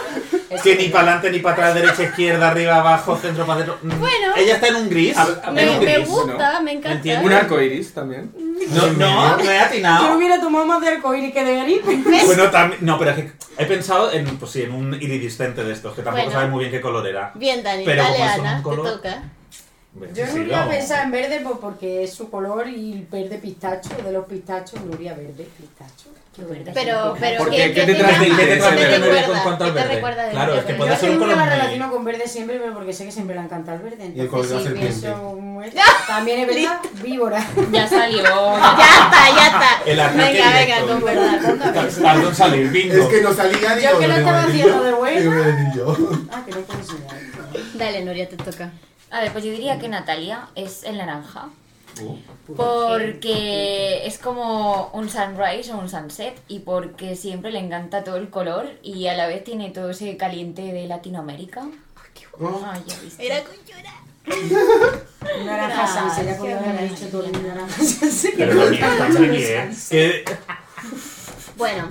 S1: que ni para adelante, ni para atrás, derecha, izquierda, arriba, abajo, centro, para adentro. Mm,
S2: Bueno.
S1: Ella está en un gris.
S3: A ver, a
S1: en
S2: me,
S1: un
S2: me
S1: gris.
S2: gusta, me encanta.
S1: Entiendo.
S3: Un arco iris también.
S1: No, no, no he
S6: Yo
S1: atinado.
S6: hubiera tomado más de arcoíris que de garipe.
S1: Bueno, también, no, pero es que he pensado en, pues sí, en un iridiscente de estos, que tampoco
S2: Bueno.
S1: sabes muy bien qué color era.
S2: Bien, Dani,
S1: Pero
S2: dale,
S1: como son
S2: Ana,
S1: un color-
S2: te toca.
S6: Yo
S1: Sí,
S6: no hubiera
S1: vamos.
S6: pensado en verde pues, porque es su color y verde pistacho, de los pistachos, Nuria verde pistacho. Qué verde.
S2: Pero, pero,
S3: Porque,
S2: ¿qué,
S3: ¿qué te
S1: ¿Qué te-
S3: transmite?
S2: llama?
S1: qué te
S3: Sí,
S1: transmite
S3: pero-
S1: Nuria
S2: recuerda?
S1: con cuanto al
S2: ¿Qué te
S1: verde?
S2: recuerda de
S1: Claro,
S2: Nuria?
S1: es que
S2: Yo
S1: puede
S6: yo
S1: ser un
S6: siempre
S1: color
S6: me
S1: muy...
S6: relaciono con verde siempre pero porque sé que siempre le encanta el verde.
S4: Y el color de la
S6: Entonces, sí,
S4: serpiente.
S6: pienso, muerte. También es verdad, víbora.
S5: Ya salió.
S2: Ya está, ya está.
S1: El ataque
S2: venga, venga,
S1: directo.
S2: con verdad.
S1: Tardó en salir, bingo.
S4: Es que no salía ni
S6: Yo que lo estaba haciendo de
S4: Yo
S6: bueno.
S4: voy a decir yo.
S6: Ah, que no puedo enseñar.
S2: Dale, Nuria, te toca.
S5: A ver, pues yo diría que Natalia es el naranja.
S1: Uh.
S5: Porque es como un sunrise o un sunset y porque siempre le encanta todo el color y a la vez tiene todo ese caliente de Latinoamérica. Ay, ya viste.
S2: Era con llorar.
S6: Naranja Sanse, ya podría haber dicho todo el naranja Sanse.
S1: Pero la mía está aquí, ¿eh? Que-
S2: Bueno,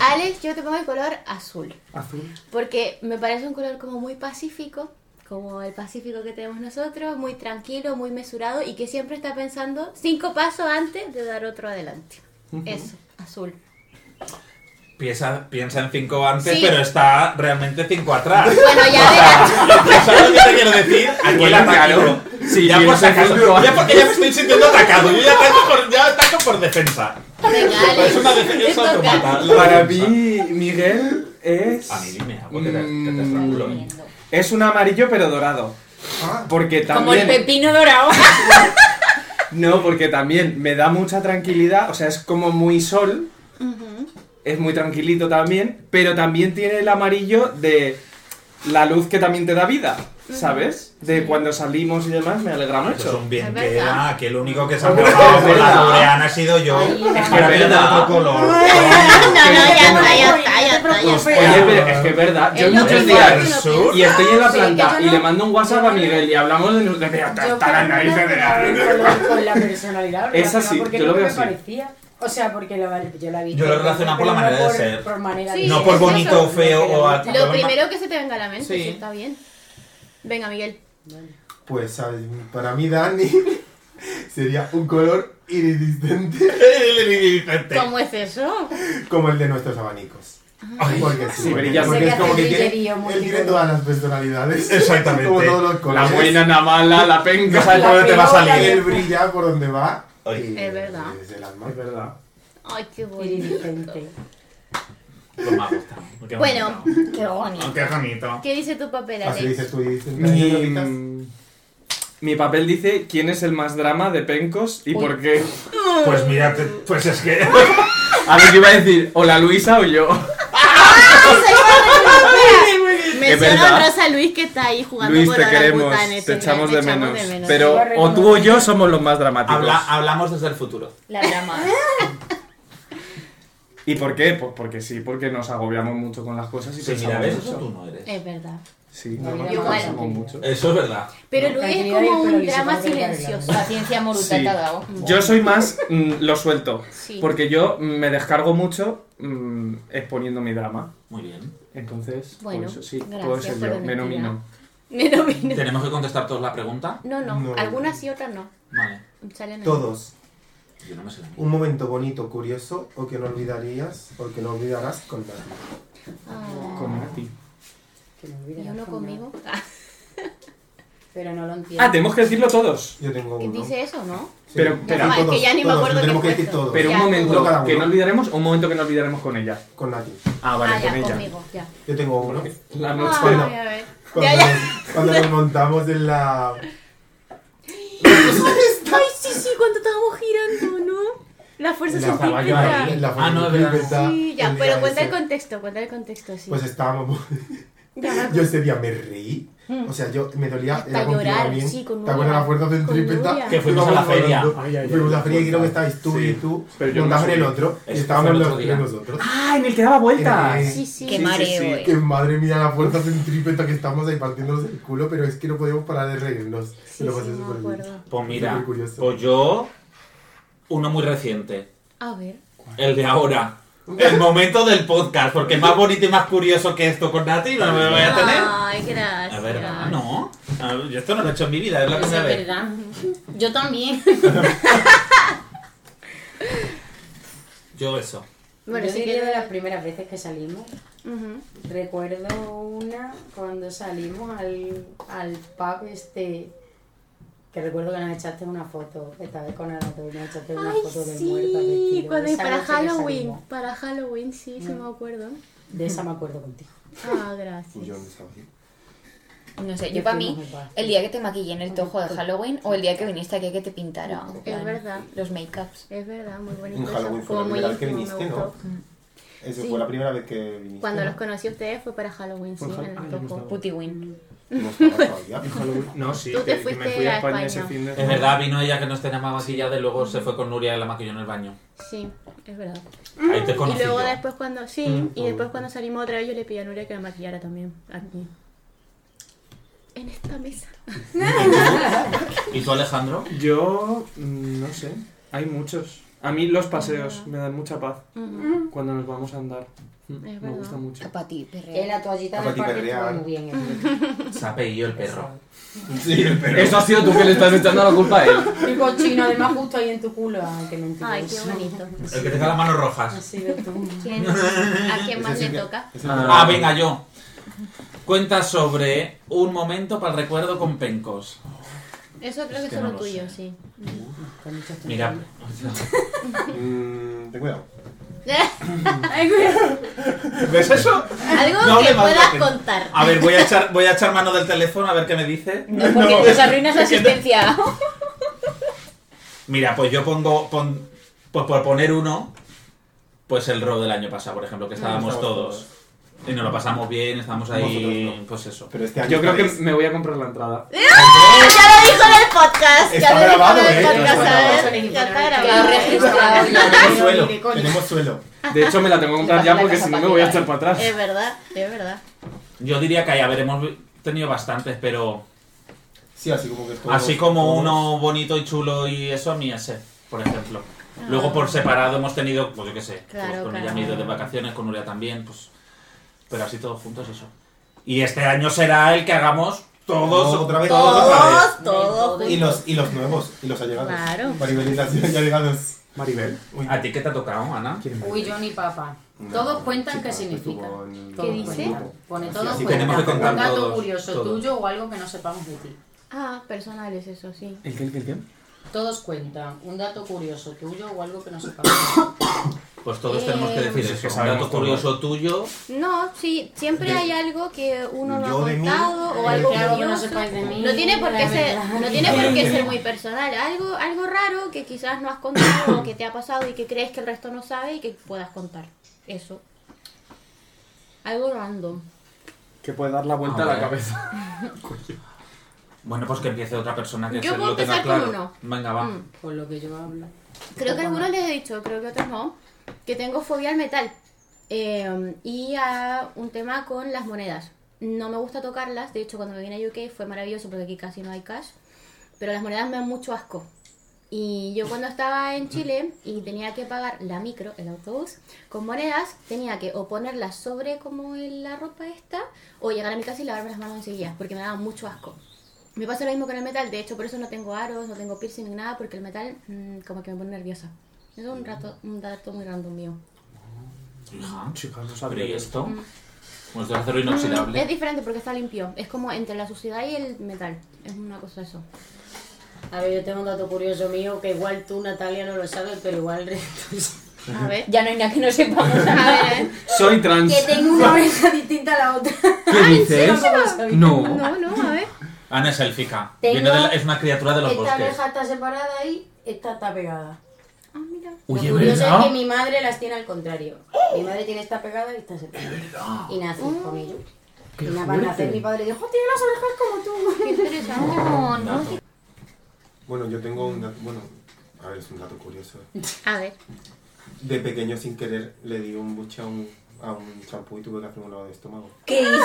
S2: Alex, yo te pongo el color azul. Azul. Porque me parece un color como muy pacífico, como el pacífico que tenemos nosotros, muy tranquilo, muy mesurado y que siempre está pensando cinco pasos antes de dar otro adelante. Eso, azul.
S1: Piensa, piensa en cinco antes,
S2: Sí.
S1: pero está realmente cinco atrás.
S2: Bueno, ya verás.
S1: ¿Sabes lo que te quiero decir? Aquí el
S3: Bueno,
S1: ataque.
S3: claro.
S1: ¿no?
S3: Sí,
S1: ya por si
S3: piensa en
S1: acaso.
S3: cinco
S1: Ya porque ya me estoy sintiendo atacado. Yo ya ataco por, ya ataco por defensa.
S2: Venga,
S1: Es una
S2: Alex, te
S1: defensa
S2: toca.
S1: automata. la
S3: Para
S1: defensa.
S3: mí, Miguel es.
S1: A mí dime, algo que te, que te
S3: Mm.
S1: estrangulo.
S3: Es un amarillo pero dorado.
S4: Ah,
S3: Porque
S5: Como el
S3: también.
S5: pepino dorado.
S3: no, porque también me da mucha tranquilidad. O sea, es como muy sol. Es muy tranquilito también. Pero también tiene el amarillo de la luz que también te da vida. ¿Sabes? De cuando salimos y
S7: Ah,
S3: demás, me alegra
S1: Eso es
S3: mucho.
S1: un bien
S2: Es
S1: que
S2: verdad.
S1: era, que el único que se ha mojado con la
S3: verdad.
S1: Loreana ha sido yo.
S6: Ay,
S1: Es que
S3: es
S1: era de
S3: verdad.
S1: otro color.
S2: No, no, ya está, ya está, ya está, ya está.
S3: Oye, pero es que es verdad. Yo
S2: Es
S3: en
S2: lo
S3: muchos
S2: primero
S3: días.
S2: que uno
S1: Sur.
S2: piensa.
S3: Y estoy en la
S6: Sí, que
S3: planta
S6: yo
S3: y
S6: no-
S3: le mando un WhatsApp a Miguel y hablamos de... de, de hasta
S6: Yo
S3: las
S6: creo que
S3: narices de
S6: no
S3: la...
S6: tiene que ver Con la personalidad.
S3: Es
S6: relacionado
S3: así,
S6: porque
S3: yo lo
S6: no
S3: veo
S6: me
S3: así.
S6: parecía. O sea, porque la- yo la vi.
S1: Yo lo relaciono por la manera de ser.
S6: Por manera
S2: Sí,
S6: de
S1: No
S6: ser.
S1: por
S2: es
S1: bonito,
S2: eso.
S1: feo o... a-
S2: Lo primero que se te venga a la mente,
S1: Sí.
S2: sí, está bien. Venga, Miguel.
S4: Pues ¿sabes? para mí Dani sería un color iridiscente
S2: ¿Cómo es eso?
S4: como el de nuestros abanicos. porque sí,
S3: Sí,
S4: porque-
S3: brilla
S4: porque
S6: mucho.
S4: es como que
S6: Ese que
S4: tiene,
S6: hace brillerío muy
S4: él tiene
S6: bueno.
S4: todas las personalidades.
S1: Exactamente.
S4: Como todos los
S3: La
S4: colores.
S3: buena, la mala, la penca...
S1: No sabes por dónde te va a salir.
S4: Él brilla por donde va.
S1: Ay.
S4: y
S2: Es verdad.
S4: Es el alma.
S3: Es verdad.
S2: Ay, qué bonito.
S6: Iridiscente.
S1: Pues me ha gustado, porque me ha
S2: Bueno.
S1: gustado.
S5: Qué bonito.
S1: Oh, Qué bonito.
S2: ¿Qué dice tu papel,
S4: Así
S2: Alex?
S4: dices tú, dices.
S3: Mi, mi papel dice quién es el más drama de pencos y por qué.
S1: Pues mira, te- pues es que.
S3: A ver, yo iba a decir, o la Luisa o yo.
S2: Me
S3: Es
S2: suena
S3: verdad.
S2: Rosa Luis que está ahí jugando
S3: Luis,
S2: por
S3: te
S2: la
S3: queremos,
S2: puta en este
S3: te echamos
S2: te
S3: de menos.
S6: Yo
S3: Pero
S6: reconozco.
S3: o tú o yo somos los más dramáticos.
S1: hablamos desde el futuro.
S5: La drama.
S7: ¿Y por qué? Pues porque sí, porque nos agobiamos mucho con las cosas y
S1: Sí, mira,
S7: pensamos
S1: ¿ves?
S7: mucho.
S1: Eso tú no eres.
S2: Es verdad.
S7: Sí, no nos
S5: Igual.
S7: cansamos mucho.
S1: Eso es verdad.
S2: Pero
S6: No,
S2: Luis es
S6: tranquilidad y
S2: como un
S6: priorizar
S2: drama
S6: la regla de la
S2: silencioso.
S5: Paciencia moruta
S7: Sí.
S5: te ha dado.
S7: Yo soy más, mm, lo suelto,
S2: Sí.
S7: porque yo mm, me descargo mucho mm, exponiendo mi drama.
S1: Muy bien.
S7: Entonces, por
S2: Bueno,
S7: eso sí,
S2: gracias
S7: puedo ser
S2: por
S7: yo,
S2: la
S7: me
S2: honestidad.
S7: nomino.
S2: Me nomino.
S1: ¿Tenemos que contestar todos la pregunta?
S2: No, no,
S4: No.
S2: algunas sí, otras no.
S1: Vale.
S2: Salen ahí.
S4: Todos.
S1: Yo no me sé la mía.
S4: Un momento bonito, curioso o que no olvidarías o que no olvidarás con nadie.
S2: Ah,
S7: Con Nati.
S6: Que me olvide
S2: ¿Y
S6: la
S2: uno
S6: forma.
S2: conmigo? Ah,
S6: Pero no lo entiendo.
S7: Ah, tenemos que decirlo todos.
S4: Yo tengo uno.
S2: ¿Dice eso, no?
S4: Sí.
S7: Pero, pero,
S2: No, es que ya ni me
S4: todos,
S2: acuerdo
S4: lo Tenemos
S2: qué
S4: que
S2: he
S4: decir
S2: puesto.
S4: todos.
S7: pero un
S2: Ya,
S4: uno cada
S7: momento
S4: uno.
S7: que no olvidaremos o un momento que no olvidaremos con ella.
S4: Con Nati.
S7: Ah, vale,
S2: ah, ya,
S7: con ella.
S2: conmigo, ya.
S4: Yo tengo uno.
S7: La
S2: Ay,
S7: noche.
S4: Bueno.
S2: a ver.
S4: Cuando,
S2: Ah, Ya, ya.
S4: cuando nos montamos en la.
S2: Ay, sí, sí, cuando estábamos girando, ¿no? La fuerza
S4: en la caballo
S2: centrípeta.
S4: ahí, en la
S1: Ah, no, es verdad.
S4: centrípeta,
S2: Sí,
S4: el
S2: ya,
S4: día
S2: pero cuenta
S4: ese.
S2: el contexto, cuenta el contexto, sí.
S4: Pues estábamos.
S2: Ya me acuerdo.
S4: Yo ese día me reí. O sea, yo me dolía.
S2: Hasta
S4: Era con
S2: Mm. llorar,
S4: bien.
S2: sí, con
S4: ¿Te acuerdas
S2: Nuria,
S4: la fuerza del
S2: con
S4: tripeta?
S2: Nuria.
S1: Que fuimos a la feria.
S7: Ay, ay, ay,
S4: Fuimos a la
S7: ay,
S4: feria y creo que
S7: ay.
S4: estabais tú
S7: Sí,
S4: y tú.
S7: pero yo no
S4: montabas en el
S7: subí.
S4: otro. Y
S1: Eso
S4: estábamos
S1: fue el
S4: los
S1: otro día.
S4: tres nosotros.
S7: Ah, en el que daba vueltas.
S4: Eh,
S2: Sí, sí.
S5: Qué
S7: sí,
S5: mareo,
S7: sí.
S5: eh.
S4: Que madre mía, la fuerza centrípeta que estamos ahí partiéndonos el culo, pero es que no podíamos parar de reírnos.
S2: Sí,
S4: Lo
S2: sí,
S4: pasé
S2: me
S4: súper bien.
S2: acuerdo.
S1: Pues
S4: Muy
S1: mira,
S4: curioso.
S1: pues yo. Uno muy reciente.
S2: A ver.
S1: El de ahora. El momento del podcast, porque más bonito y más curioso que esto con Nati no me lo voy a tener.
S2: Ay, gracias.
S1: A ver, ah, no. A ver, Yo esto no lo he hecho en mi vida, es la
S6: Eso
S1: primera
S6: es
S1: vez.
S6: verdad. Yo también.
S1: Yo eso.
S2: Bueno,
S6: Yo
S2: sí
S6: diría
S2: que...
S6: de las primeras veces que salimos.
S2: Ujú.
S6: Recuerdo una cuando salimos al, al pub este. Que recuerdo que nos echaste una foto, esta vez con Anatoly, nos echaste una
S2: Ay,
S6: foto de
S2: sí,
S6: muerta vestido.
S2: cuando
S6: Esa
S2: para
S6: noche que
S2: Halloween,
S6: salimos,
S2: para Halloween, sí, sí
S6: Mm.
S2: me acuerdo.
S6: De esa me acuerdo contigo.
S2: Ah, gracias.
S4: Y yo no sabía.
S5: No sé, yo para mí, el día que te maquillé en el tojo de Halloween o el día que viniste aquí que te pintara. en plan,
S2: verdad.
S5: Los make-ups.
S2: Es verdad, muy bonito.
S4: En
S2: eso.
S4: Halloween fue la
S2: muy
S4: primera vez que
S2: íntimo, me
S4: viniste, ¿no?
S2: gustó.
S4: Esa
S2: Sí.
S4: fue la primera vez que viniste.
S2: Cuando
S4: ¿no?
S2: los conocí a ustedes fue para Halloween, sí,
S7: Por Hall-
S2: en
S7: Ay,
S2: el
S7: no
S2: topo.
S7: estaba.
S5: Putiwin.
S4: No estabas todavía.
S7: No, sí,
S2: Tú te
S7: que, que
S2: fuiste
S7: me fui a
S2: a
S7: España,
S2: España.
S7: ese fin de
S1: Es verdad, vino ella que nos tenía más maquillada y luego se fue con Nuria y la maquilló en el baño.
S2: Sí, es verdad.
S1: Ahí te
S2: Y
S1: conocí.
S2: luego
S1: yo.
S2: después cuando,
S4: Mm.
S2: sí, y después cuando salimos otra vez yo le pedí a Nuria que me maquillara también, aquí. En esta mesa.
S1: ¿Y tú, Alejandro?
S7: Yo mm, no sé, hay muchos. A mí los paseos me dan mucha paz cuando nos vamos a andar. Mm,
S2: Es
S7: Me
S2: verdad.
S7: gusta mucho.
S5: Para ti,
S6: En Eh, la toallita
S4: La
S6: del
S4: patita
S6: parque
S4: real.
S6: estuvo muy bien. ¿eh?
S1: Se ha pedido el perro.
S3: Sí, pero.
S7: Eso ha sido tú que le estás echando la culpa a él.
S6: Y cochino, además justo ahí en tu culo. Ay, qué mentiroso.
S2: Ay, qué bonito.
S1: El que te da las manos
S6: Ha
S1: rojas.
S6: sido tú.
S2: ¿Quién- ¿A quién
S4: Ese
S2: más
S4: sí
S2: le
S4: que-
S2: toca?
S4: ese sí que-
S1: Ah, venga, yo. Cuenta sobre un momento para el recuerdo con pencos.
S2: Eso creo
S1: Es
S2: que
S1: que
S2: es solo
S1: no lo
S2: tuyo,
S1: sé.
S2: sí.
S6: Con muchos trucos.
S1: Mira,
S4: Mm, ten cuidado.
S1: ¿ves eso?
S2: Algo
S1: No
S2: que
S1: me vale la
S2: puedas
S1: pena.
S2: contar.
S1: A ver, voy a echar, voy a echar mano del teléfono a ver qué me dice.
S5: No, porque nos arruinas la asistencia.
S1: Mira, pues yo pongo, pon- pues por poner uno, pues el robo del año pasado, por ejemplo, que estábamos
S4: Estábamos
S1: todos. Y nos lo pasamos bien, estamos ahí, pues eso.
S4: Pero este año
S7: Yo creo que
S4: estáis-
S7: me voy a comprar la entrada.
S2: Eh, Ya lo dijo en el podcast.
S4: Está
S2: ya lo
S4: grabado,
S2: dijo en el
S4: ¿eh?
S2: podcast,
S4: Está grabado.
S2: a ver, Ya está
S5: Queda
S2: grabado.
S5: registrado ya.
S1: Tenemos suelo.
S4: Tenemos suelo.
S7: De hecho, me la tengo que Eh, comprar ya porque si no me voy a echar para atrás.
S2: Es verdad, es verdad.
S1: Yo diría que ahí, a ver, hemos tenido bastantes, pero
S4: Sí, así como que todos-
S1: así como
S4: todos-
S1: uno bonito y chulo y eso, a mí ese, por ejemplo. Luego por separado hemos tenido, pues yo qué sé, pues,
S2: Ah. Claro,
S1: con
S2: claro.
S1: ella me he ido de vacaciones, con Nuria también, pues. Pero así todos juntos, eso. Y este año será el que hagamos todos
S4: Otra vez,
S2: Todos,
S4: otra
S2: todos,
S4: vez.
S2: todos.
S4: Y los, y los nuevos, y los allegados.
S2: Claro.
S4: Maribelización y allegados.
S7: Maribel.
S4: Uy,
S1: ¿A ti qué te ha tocado, Ana?
S6: Uy, yo ni papa.
S4: una
S6: Todos cuentan
S4: chica
S6: qué
S4: que
S6: significa.
S4: estuvo en-
S6: ¿Qué dice?
S4: grupo.
S6: Pone
S4: Así,
S6: todos
S4: así
S6: cuentan.
S1: tenemos que contar
S6: Un dato
S1: todos,
S6: curioso
S1: todos.
S6: tuyo o algo que no sepamos de ti.
S2: Ah, personales, eso sí.
S7: ¿El qué, el qué, el qué?
S6: Todos cuentan. Un dato curioso tuyo o algo que no sepamos de ti.
S1: Pues todos tenemos que
S2: Eh,
S1: decir
S7: Pues es
S1: eso.
S7: que
S1: un
S7: sabemos
S1: dato
S7: todo.
S1: curioso tuyo.
S2: No, sí, siempre hay algo que uno no
S4: Yo
S2: ha
S4: de mí,
S2: contado o
S6: eh,
S2: algo
S6: que algo que no
S2: curioso.
S6: sepáis de mí,
S2: No tiene por qué
S6: la
S2: ser,
S6: verdad.
S2: no tiene por qué ser muy personal, algo algo raro que quizás no has contado o que te ha pasado y que crees que el resto no sabe y que puedas contar. Eso. Algo random.
S7: Que puede dar la vuelta
S1: Ah,
S7: a la
S1: vale.
S7: cabeza.
S1: Bueno, pues que empiece otra persona que
S2: Yo
S1: se
S2: puedo
S1: lo tenga
S2: empezar
S1: claro.
S2: con uno.
S1: Venga, va.
S2: Mm.
S6: Por lo que yo hablo.
S2: Creo que algunos les he dicho, creo que otros no. que tengo fobia al metal eh, y a un tema con las monedas. No me gusta tocarlas, de hecho cuando me vine a UK fue maravilloso porque aquí casi no hay cash, pero las monedas me dan mucho asco. Y yo cuando estaba en Chile y tenía que pagar la micro, el autobús, con monedas, tenía que o ponerlas sobre como en la ropa esta, o llegar a mi casa y lavarme las manos enseguida, porque me daba mucho asco. Me pasa lo mismo con el metal, de hecho por eso no tengo aros, no tengo piercing ni nada, porque el metal mm, como que me pone nerviosa. Es
S7: Mm.
S2: un, rato, un dato muy random mío.
S1: Ajá.
S7: Chicas, no
S1: Pero ¿y
S7: sabría.
S1: esto? Bueno, esto es acero
S2: Mm, Es
S1: inoxidable.
S2: diferente porque está limpio. Es como entre la suciedad y el metal. Es una cosa eso.
S6: A ver, yo tengo un dato curioso mío que igual tú, Natalia, no lo sabes, pero igual el resto sí.
S2: A ver.
S5: Ya no hay nada que no sepamos.
S2: A ver.
S7: Soy trans.
S6: Que tengo una oreja distinta a la otra.
S7: ¿Qué dices?
S6: ¿Cómo lo sabía?
S7: No.
S2: No, no, a ver.
S1: Ana Ah, es élfica.
S6: Tengo-
S1: Viene de la- es una criatura de los
S6: Esta
S1: bosques.
S6: oreja está separada y esta está pegada.
S2: Ah, mira.
S1: Uy,
S6: lo
S1: es
S6: curioso
S1: verdad.
S6: es que mi madre las tiene al contrario. Mi madre tiene esta pegada y esta separada. Y nací con ello. Y nada más nacer mi padre dijo, "Jo, tiene las orejas como tú.
S2: Qué interesante.
S5: No, no.
S8: Bueno, yo tengo un dato, bueno, a ver, es un dato curioso.
S2: A ver.
S8: De pequeño, sin querer, le di un buche a un, a un champú y tuve que hacer un lavado de estómago.
S5: ¿Qué dices?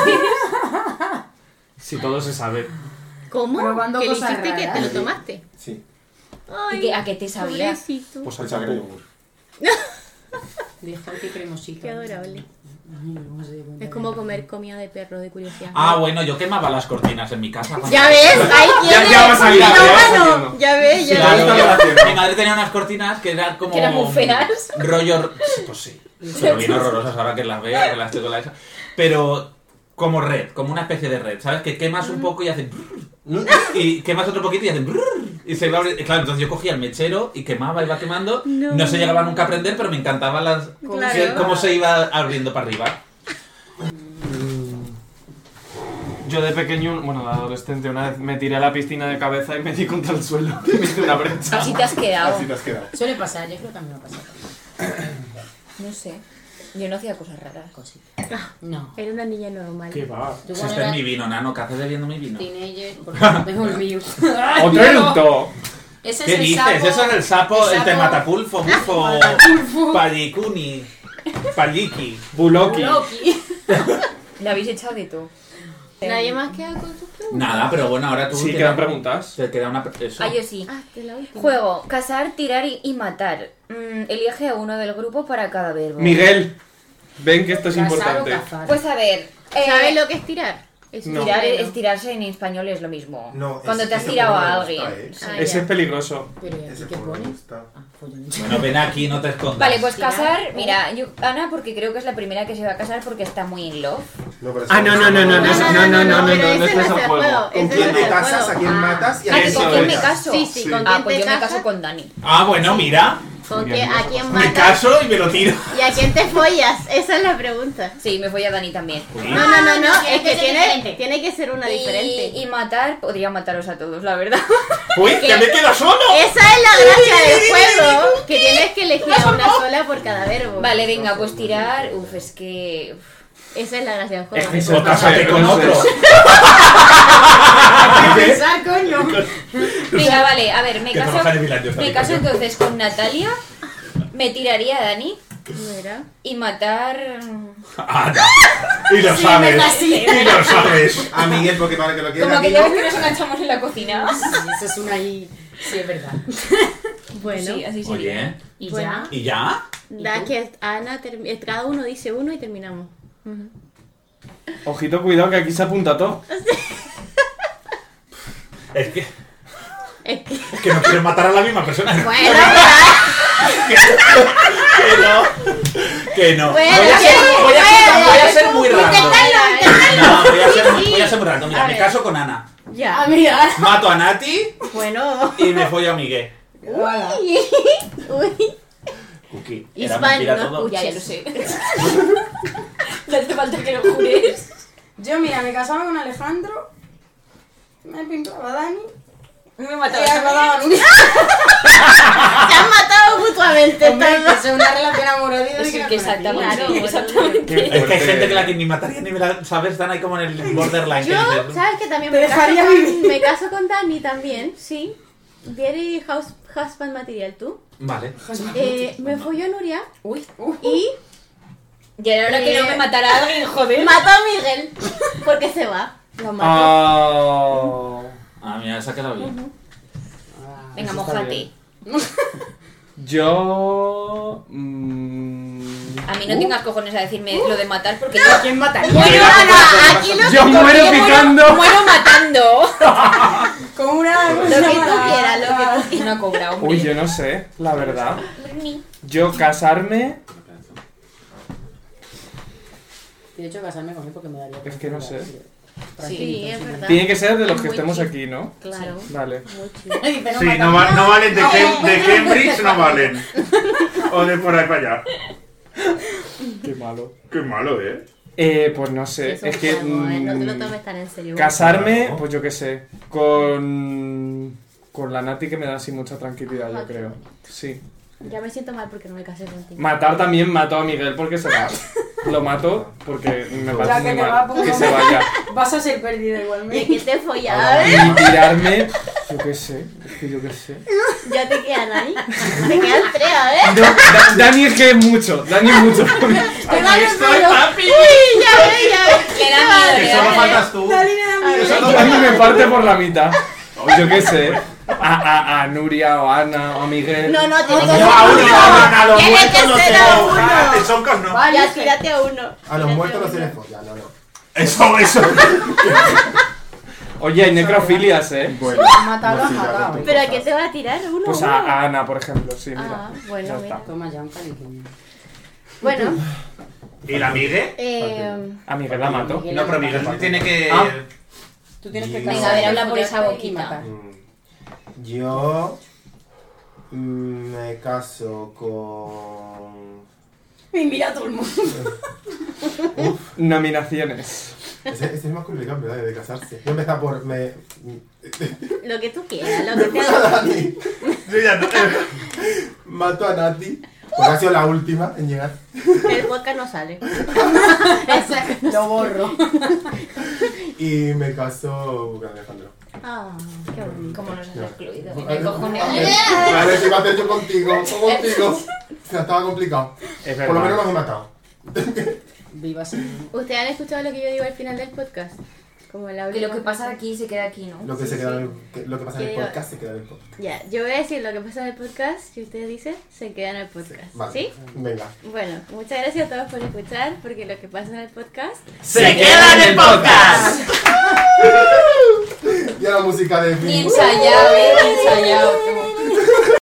S7: Si todo se sabe.
S2: ¿Cómo?
S6: Probando
S2: ¿Qué le
S6: cosas
S2: hiciste que
S6: raras.
S2: te lo tomaste?
S8: Sí,
S5: ¿Y qué- ¿A qué te sabías?
S2: Pobrecito.
S7: Pues
S8: al
S7: al
S8: sacar el
S7: champú.
S8: yogur.
S6: Dijo, qué cremosito.
S2: Qué adorable.
S6: Ay, no sé, bueno.
S2: Es como comer comida de perro de curiosidad.
S1: Ah, bueno, yo quemaba las cortinas en mi casa. cuando-
S2: Ya ves, ahí
S7: Ya-
S2: tienes.
S7: ya vas a ir, ya vas
S2: No,
S7: a ir,
S2: mano.
S7: no.
S2: Ya ves, ya
S1: Claro,
S7: Ya
S2: ves.
S7: está haciendo.
S1: mi madre tenía unas cortinas que eran como.
S5: Que eran muy feas.
S1: Rollo. Pues sí. Pero bien horrorosas ahora que las veo, que las tengo la esa. Pero como red, como una especie de red, ¿sabes? Que quemas un poco y hacen. Y quemas otro poquito y hacen. Y se va abriendo. Claro, entonces yo cogía el mechero y quemaba, iba quemando.
S2: No.
S1: No, se llegaba nunca a prender, pero me encantaban las.
S2: Claro.
S1: se- cómo se iba abriendo para arriba.
S7: Yo de pequeño, bueno, de adolescente, una vez me tiré a la piscina de cabeza y me di contra el suelo. Me hice una
S2: pues
S7: brecha.
S5: Así te has quedado.
S8: Así te has quedado.
S6: Suele pasar, yo creo que a mí me ha pasado
S5: No sé. Yo no hacía cosas raras.
S6: cositas. No.
S2: Era una niña normal.
S7: ¿Qué va?
S6: Yo
S1: Si este
S6: cuando
S1: es
S6: era
S1: mi vino, nano, ¿qué haces bebiendo mi vino?
S6: teenager, porque no tengo el virus.
S7: ¡Otro eructo!
S6: Ese es
S1: ¿Qué
S6: el
S1: dices?
S6: sapo.
S1: Eso es el sapo,
S6: el
S1: el,
S6: sapo-
S1: tematapulfo, bufo,
S6: Matapulfo.
S1: palicuni, paliki.
S7: Buloki.
S6: Loki.
S5: Le habéis echado de todo.
S2: Nadie más queda con sus preguntas.
S1: Nada, pero bueno, ahora tú.
S7: Sí,
S1: te-
S7: quedan preguntas.
S1: Te queda una. pre- Eso.
S5: Ah, yo sí.
S2: Ah, te la última.
S5: Juego, cazar, tirar y, y matar. Mm, elige a uno del grupo para cada verbo.
S7: Miguel, ven que esto es
S6: Casar o
S7: importante.
S6: cazar.
S5: Pues a ver. eh,
S2: ¿Sabes lo que es tirar? Eso
S7: No.
S5: Tirar,
S2: bueno.
S5: es tirarse en español es lo mismo.
S8: No,
S5: Cuando
S8: ese-
S5: te has
S8: ese
S5: tirado
S8: juego
S5: a
S8: me
S5: alguien.
S8: gusta, ¿eh?
S2: Ah,
S7: Ese
S2: ya.
S7: es peligroso.
S6: Pero ¿y aquí
S8: Ese
S6: qué
S8: juego me
S6: pones?
S8: gusta.
S6: Ah, pues yo no sé.
S1: Bueno, ven aquí, no te escondas.
S5: Vale, pues
S6: Tirar.
S5: casar, mira, yo, Ana, porque creo que es la primera que se va a casar porque está muy in love.
S8: No, pero
S7: Ah,
S8: eso-
S7: no, no, no, no, no, no, no, no, no, no,
S2: pero
S7: no,
S2: ese
S7: no es el juego.
S8: ¿Con
S2: ese
S8: quién
S2: no es
S8: te
S2: el
S8: casas?
S2: juego.
S8: ¿A quién matas? ¿Y a quién
S5: Ah, que ¿con
S7: Eso
S5: quién
S7: es.
S5: me caso?
S2: Sí, sí, ¿con
S5: Ah,
S2: quién
S5: pues
S2: te
S5: yo me
S2: casas?
S5: caso con Dani.
S1: Ah, bueno, mira.
S2: ¿Con
S7: Muy
S2: qué-
S7: bien,
S2: ¿A
S7: vamos a
S2: quién
S1: Me
S2: matas?
S1: caso y me lo tiro.
S2: ¿Y a quién te follas? Esa es la pregunta.
S5: Sí, me voy a Dani también.
S2: No, no, no, no, es que
S6: tiene que ser
S2: tiene,
S6: diferente.
S2: tiene que ser una diferente.
S5: Y, y matar, podría mataros a todos, la verdad.
S1: Uy, que me quedo solo.
S2: Esa es la gracia del juego, que tienes que elegir a una sola por cada verbo.
S5: Vale, venga, pues tirar. Uf, es que. uf.
S2: Esa es la gracia del
S7: Es que
S2: juego.
S7: eso
S1: O cásate con otro.
S6: Pensar, coño.
S5: Venga, vale, a ver, me
S1: Que
S5: caso.
S1: trabaja en Finlandia, está
S5: Me
S1: bien,
S5: caso
S1: coño.
S5: entonces con Natalia, me tiraría a Dani
S2: Mira.
S5: y matar.
S1: Ana. Ah, Y lo sabes. Y lo sabes.
S8: A Miguel, porque para que lo quiera.
S5: Como que
S8: Miguel.
S5: ya que nos enganchamos en la cocina.
S6: Eso es una I. Sí, es verdad.
S2: Bueno,
S5: Sí, así sería.
S1: Oye,
S6: Y
S2: Bueno.
S6: ya.
S1: ¿y ya?
S2: da que Ana, termi- eh, cada uno dice uno y terminamos.
S7: Ojito, cuidado, que aquí se apunta todo.
S1: Es que,
S2: Es que...
S1: es que no quiero matar a la misma persona.
S2: Bueno,
S1: Que no. Que no.
S2: Bueno,
S1: voy, a ser,
S2: bueno,
S1: voy a ser- voy a ser muy raro.
S2: Inténtalo,
S1: No, voy a ser, voy a ser muy raro. Mira, me caso con Ana.
S6: Ah,
S2: ya.
S1: Mato a Nati
S2: Bueno.
S1: y me follo a Miguel.
S2: Uy.
S1: Cookie. Era
S2: Ispan,
S1: mentira
S2: no
S1: todo.
S5: Ya, ya lo
S2: escuches.
S5: sé. ya hace falta que lo jures.
S6: Yo, mira, me casaba con Alejandro. Me pintaba Dani.
S5: Me
S6: Y
S5: mataba.
S6: me daba Dani.
S2: Se han matado mutuamente.
S6: Hombre,
S2: todos.
S6: que es una relación amorosa.
S5: Es el que salta
S6: saltaba
S5: mucho.
S2: Claro,
S5: Exactamente.
S7: Qué
S1: Es que hay
S7: fuerte.
S1: gente que la que ni mataría ni me la. ¿Sabes? Están ahí como en el borderline. que
S2: Yo,
S1: dices,
S2: ¿sabes que también
S6: Te
S2: me caso,
S6: dejaría
S2: con,
S6: vivir.
S2: me caso con Dani también, sí. Dairy House Husband Material, tú.
S1: Vale.
S2: Eh, me fui yo a Nuria
S5: Uy, uy.
S2: y
S5: Y ahora que no me matará alguien, joder.
S2: mato a Miguel porque se va. Lo mato.
S7: Ah.
S1: Ah, mira, se ha quedado bien.
S6: Ah,
S5: Venga,
S6: eso está
S5: mojate.
S6: bien.
S7: Yo. mm,
S5: A mí
S6: Uh.
S5: no tengas cojones a decirme lo de matar porque
S6: ¿A quién mataría?
S5: Bueno,
S2: Ana, aquí lo que
S7: yo muero
S2: tú quieras,
S7: picando.
S5: yo muero matando.
S6: Con una.
S2: Lo que tú quieras, lo que tú
S5: Una cobra, hombre.
S7: Uy, yo no sé, la verdad. Yo casarme.
S6: Y de hecho, casarme con él porque me daría.
S7: Es que no sé.
S2: Sí, es verdad.
S7: Tiene que ser de los que
S2: Muy
S7: estemos
S2: chill.
S7: aquí, ¿no?
S2: Claro.
S7: Vale.
S2: Muy chido.
S6: verdad.
S3: Sí, no, va- no valen de, Cam- de Cambridge, no valen. O de por ahí para allá.
S7: Qué malo.
S3: Qué malo, ¿eh?
S7: Eh, pues no sé.
S2: Es
S7: Es,
S2: un
S7: que.
S2: juego, eh, no te lo
S7: mm,
S2: tomes tan en serio.
S7: Casarme,
S8: Claro.
S7: pues yo qué sé. Con. Con la Nati que me da así mucha tranquilidad,
S2: Ah,
S7: yo
S2: qué
S7: creo.
S2: bonito.
S7: Sí.
S2: Ya me siento mal porque no me casé contigo.
S7: Matar también mato a Miguel porque se va. Lo mato porque me parece
S6: que
S7: muy
S6: te va,
S7: mal
S6: pues,
S7: que
S6: no.
S7: se vaya.
S6: Vas a ser perdido
S2: ¿De
S6: igualmente.
S2: qué te follabas?
S7: Y tirarme. Yo qué sé. Es que yo qué sé.
S2: Ya te quedan ahí. Te quedan tres, a ver.
S7: No, Da- Dani es que es mucho. Dani es mucho.
S2: Te van el rollo. Uy, ya ve, ya ve.
S5: Que da miedo,
S2: Vale,
S5: que
S3: Que
S5: da
S3: solo
S2: vale.
S5: miedo.
S3: faltas tú.
S6: La línea de
S2: A ver,
S6: amigos.
S7: A mí me parte por la mitad. Yo qué sé. A, a, a Nuria o a Ana o a Miguel.
S2: No, no, tienes
S3: No, a uno, cabrón, a los
S2: Tiene
S3: muertos
S2: que
S3: no
S2: ser
S3: se
S2: a
S3: lo-
S2: uno.
S3: Ah, te socas, no.
S6: Vale,
S2: Ya,
S6: sí.
S2: tírate a uno.
S4: A los
S2: Tírate
S4: muertos no se
S2: uno.
S4: les folla, no, no.
S3: Eso, eso.
S7: Oye, hay necrofilias, ¿eh.
S4: Bueno,
S6: Matado,
S4: pues sí, ya
S6: matado.
S4: te-
S2: ¿Pero a qué te va a tirar? ¿Uno?
S7: Pues
S2: uno?
S7: a, a Ana, por ejemplo, sí, mira.
S2: Ah, bueno,
S7: Ya está.
S2: mira.
S6: Toma ya un cariño.
S2: Bueno,
S3: ¿Y la migue?
S2: eh,
S7: A Miguel la mato.
S3: No, pero Miguel tiene que.
S7: Ah.
S6: Tú tienes que
S4: Venga,
S6: casar,
S4: a ver,
S5: habla por esa
S6: follarte y
S5: boquita.
S6: matar.
S4: Mm. Yo mm, me caso con.
S6: Y mira a todo el mundo.
S7: Nominaciones.
S4: Ese, ese es más complicado, ¿verdad? De casarse. Yo me está por. Me,
S2: lo que tú quieras, lo que te
S4: Mato a Nati.
S3: Yo ya no.
S4: Mato a Nati. Porque ha sido la última en llegar.
S2: El podcast no sale.
S6: Lo borro.
S4: Y me caso con Alejandro.
S2: Ah, qué bonito.
S5: ¿Cómo nos has excluido? Me cojones.
S4: A ver si va a hacer yo contigo. O contigo. O sea, estaba complicado.
S7: Es
S4: Por lo menos
S7: verdad.
S4: los he matado.
S6: Viva sin
S2: ¿Ustedes han escuchado lo que yo digo al final del podcast? Como la
S5: Que lo que
S2: última
S5: pasa
S2: frase.
S5: aquí se queda aquí, ¿no?
S4: Lo que,
S5: Sí,
S4: se queda
S5: sí.
S4: en el- que- lo que pasa en el
S2: Quiero-
S4: podcast se queda en el podcast.
S2: Ya, yo voy a decir lo que pasa en el podcast y ustedes dicen se queda en el podcast.
S4: Vale.
S2: ¿Sí?
S4: Venga.
S2: Bueno, muchas gracias a todos por escuchar, porque lo que pasa en el podcast.
S3: ¡Se queda en el podcast!
S4: Y a la música de
S5: Ni
S4: fin.
S2: Uh.
S5: ensayado, eh, ni ensayado.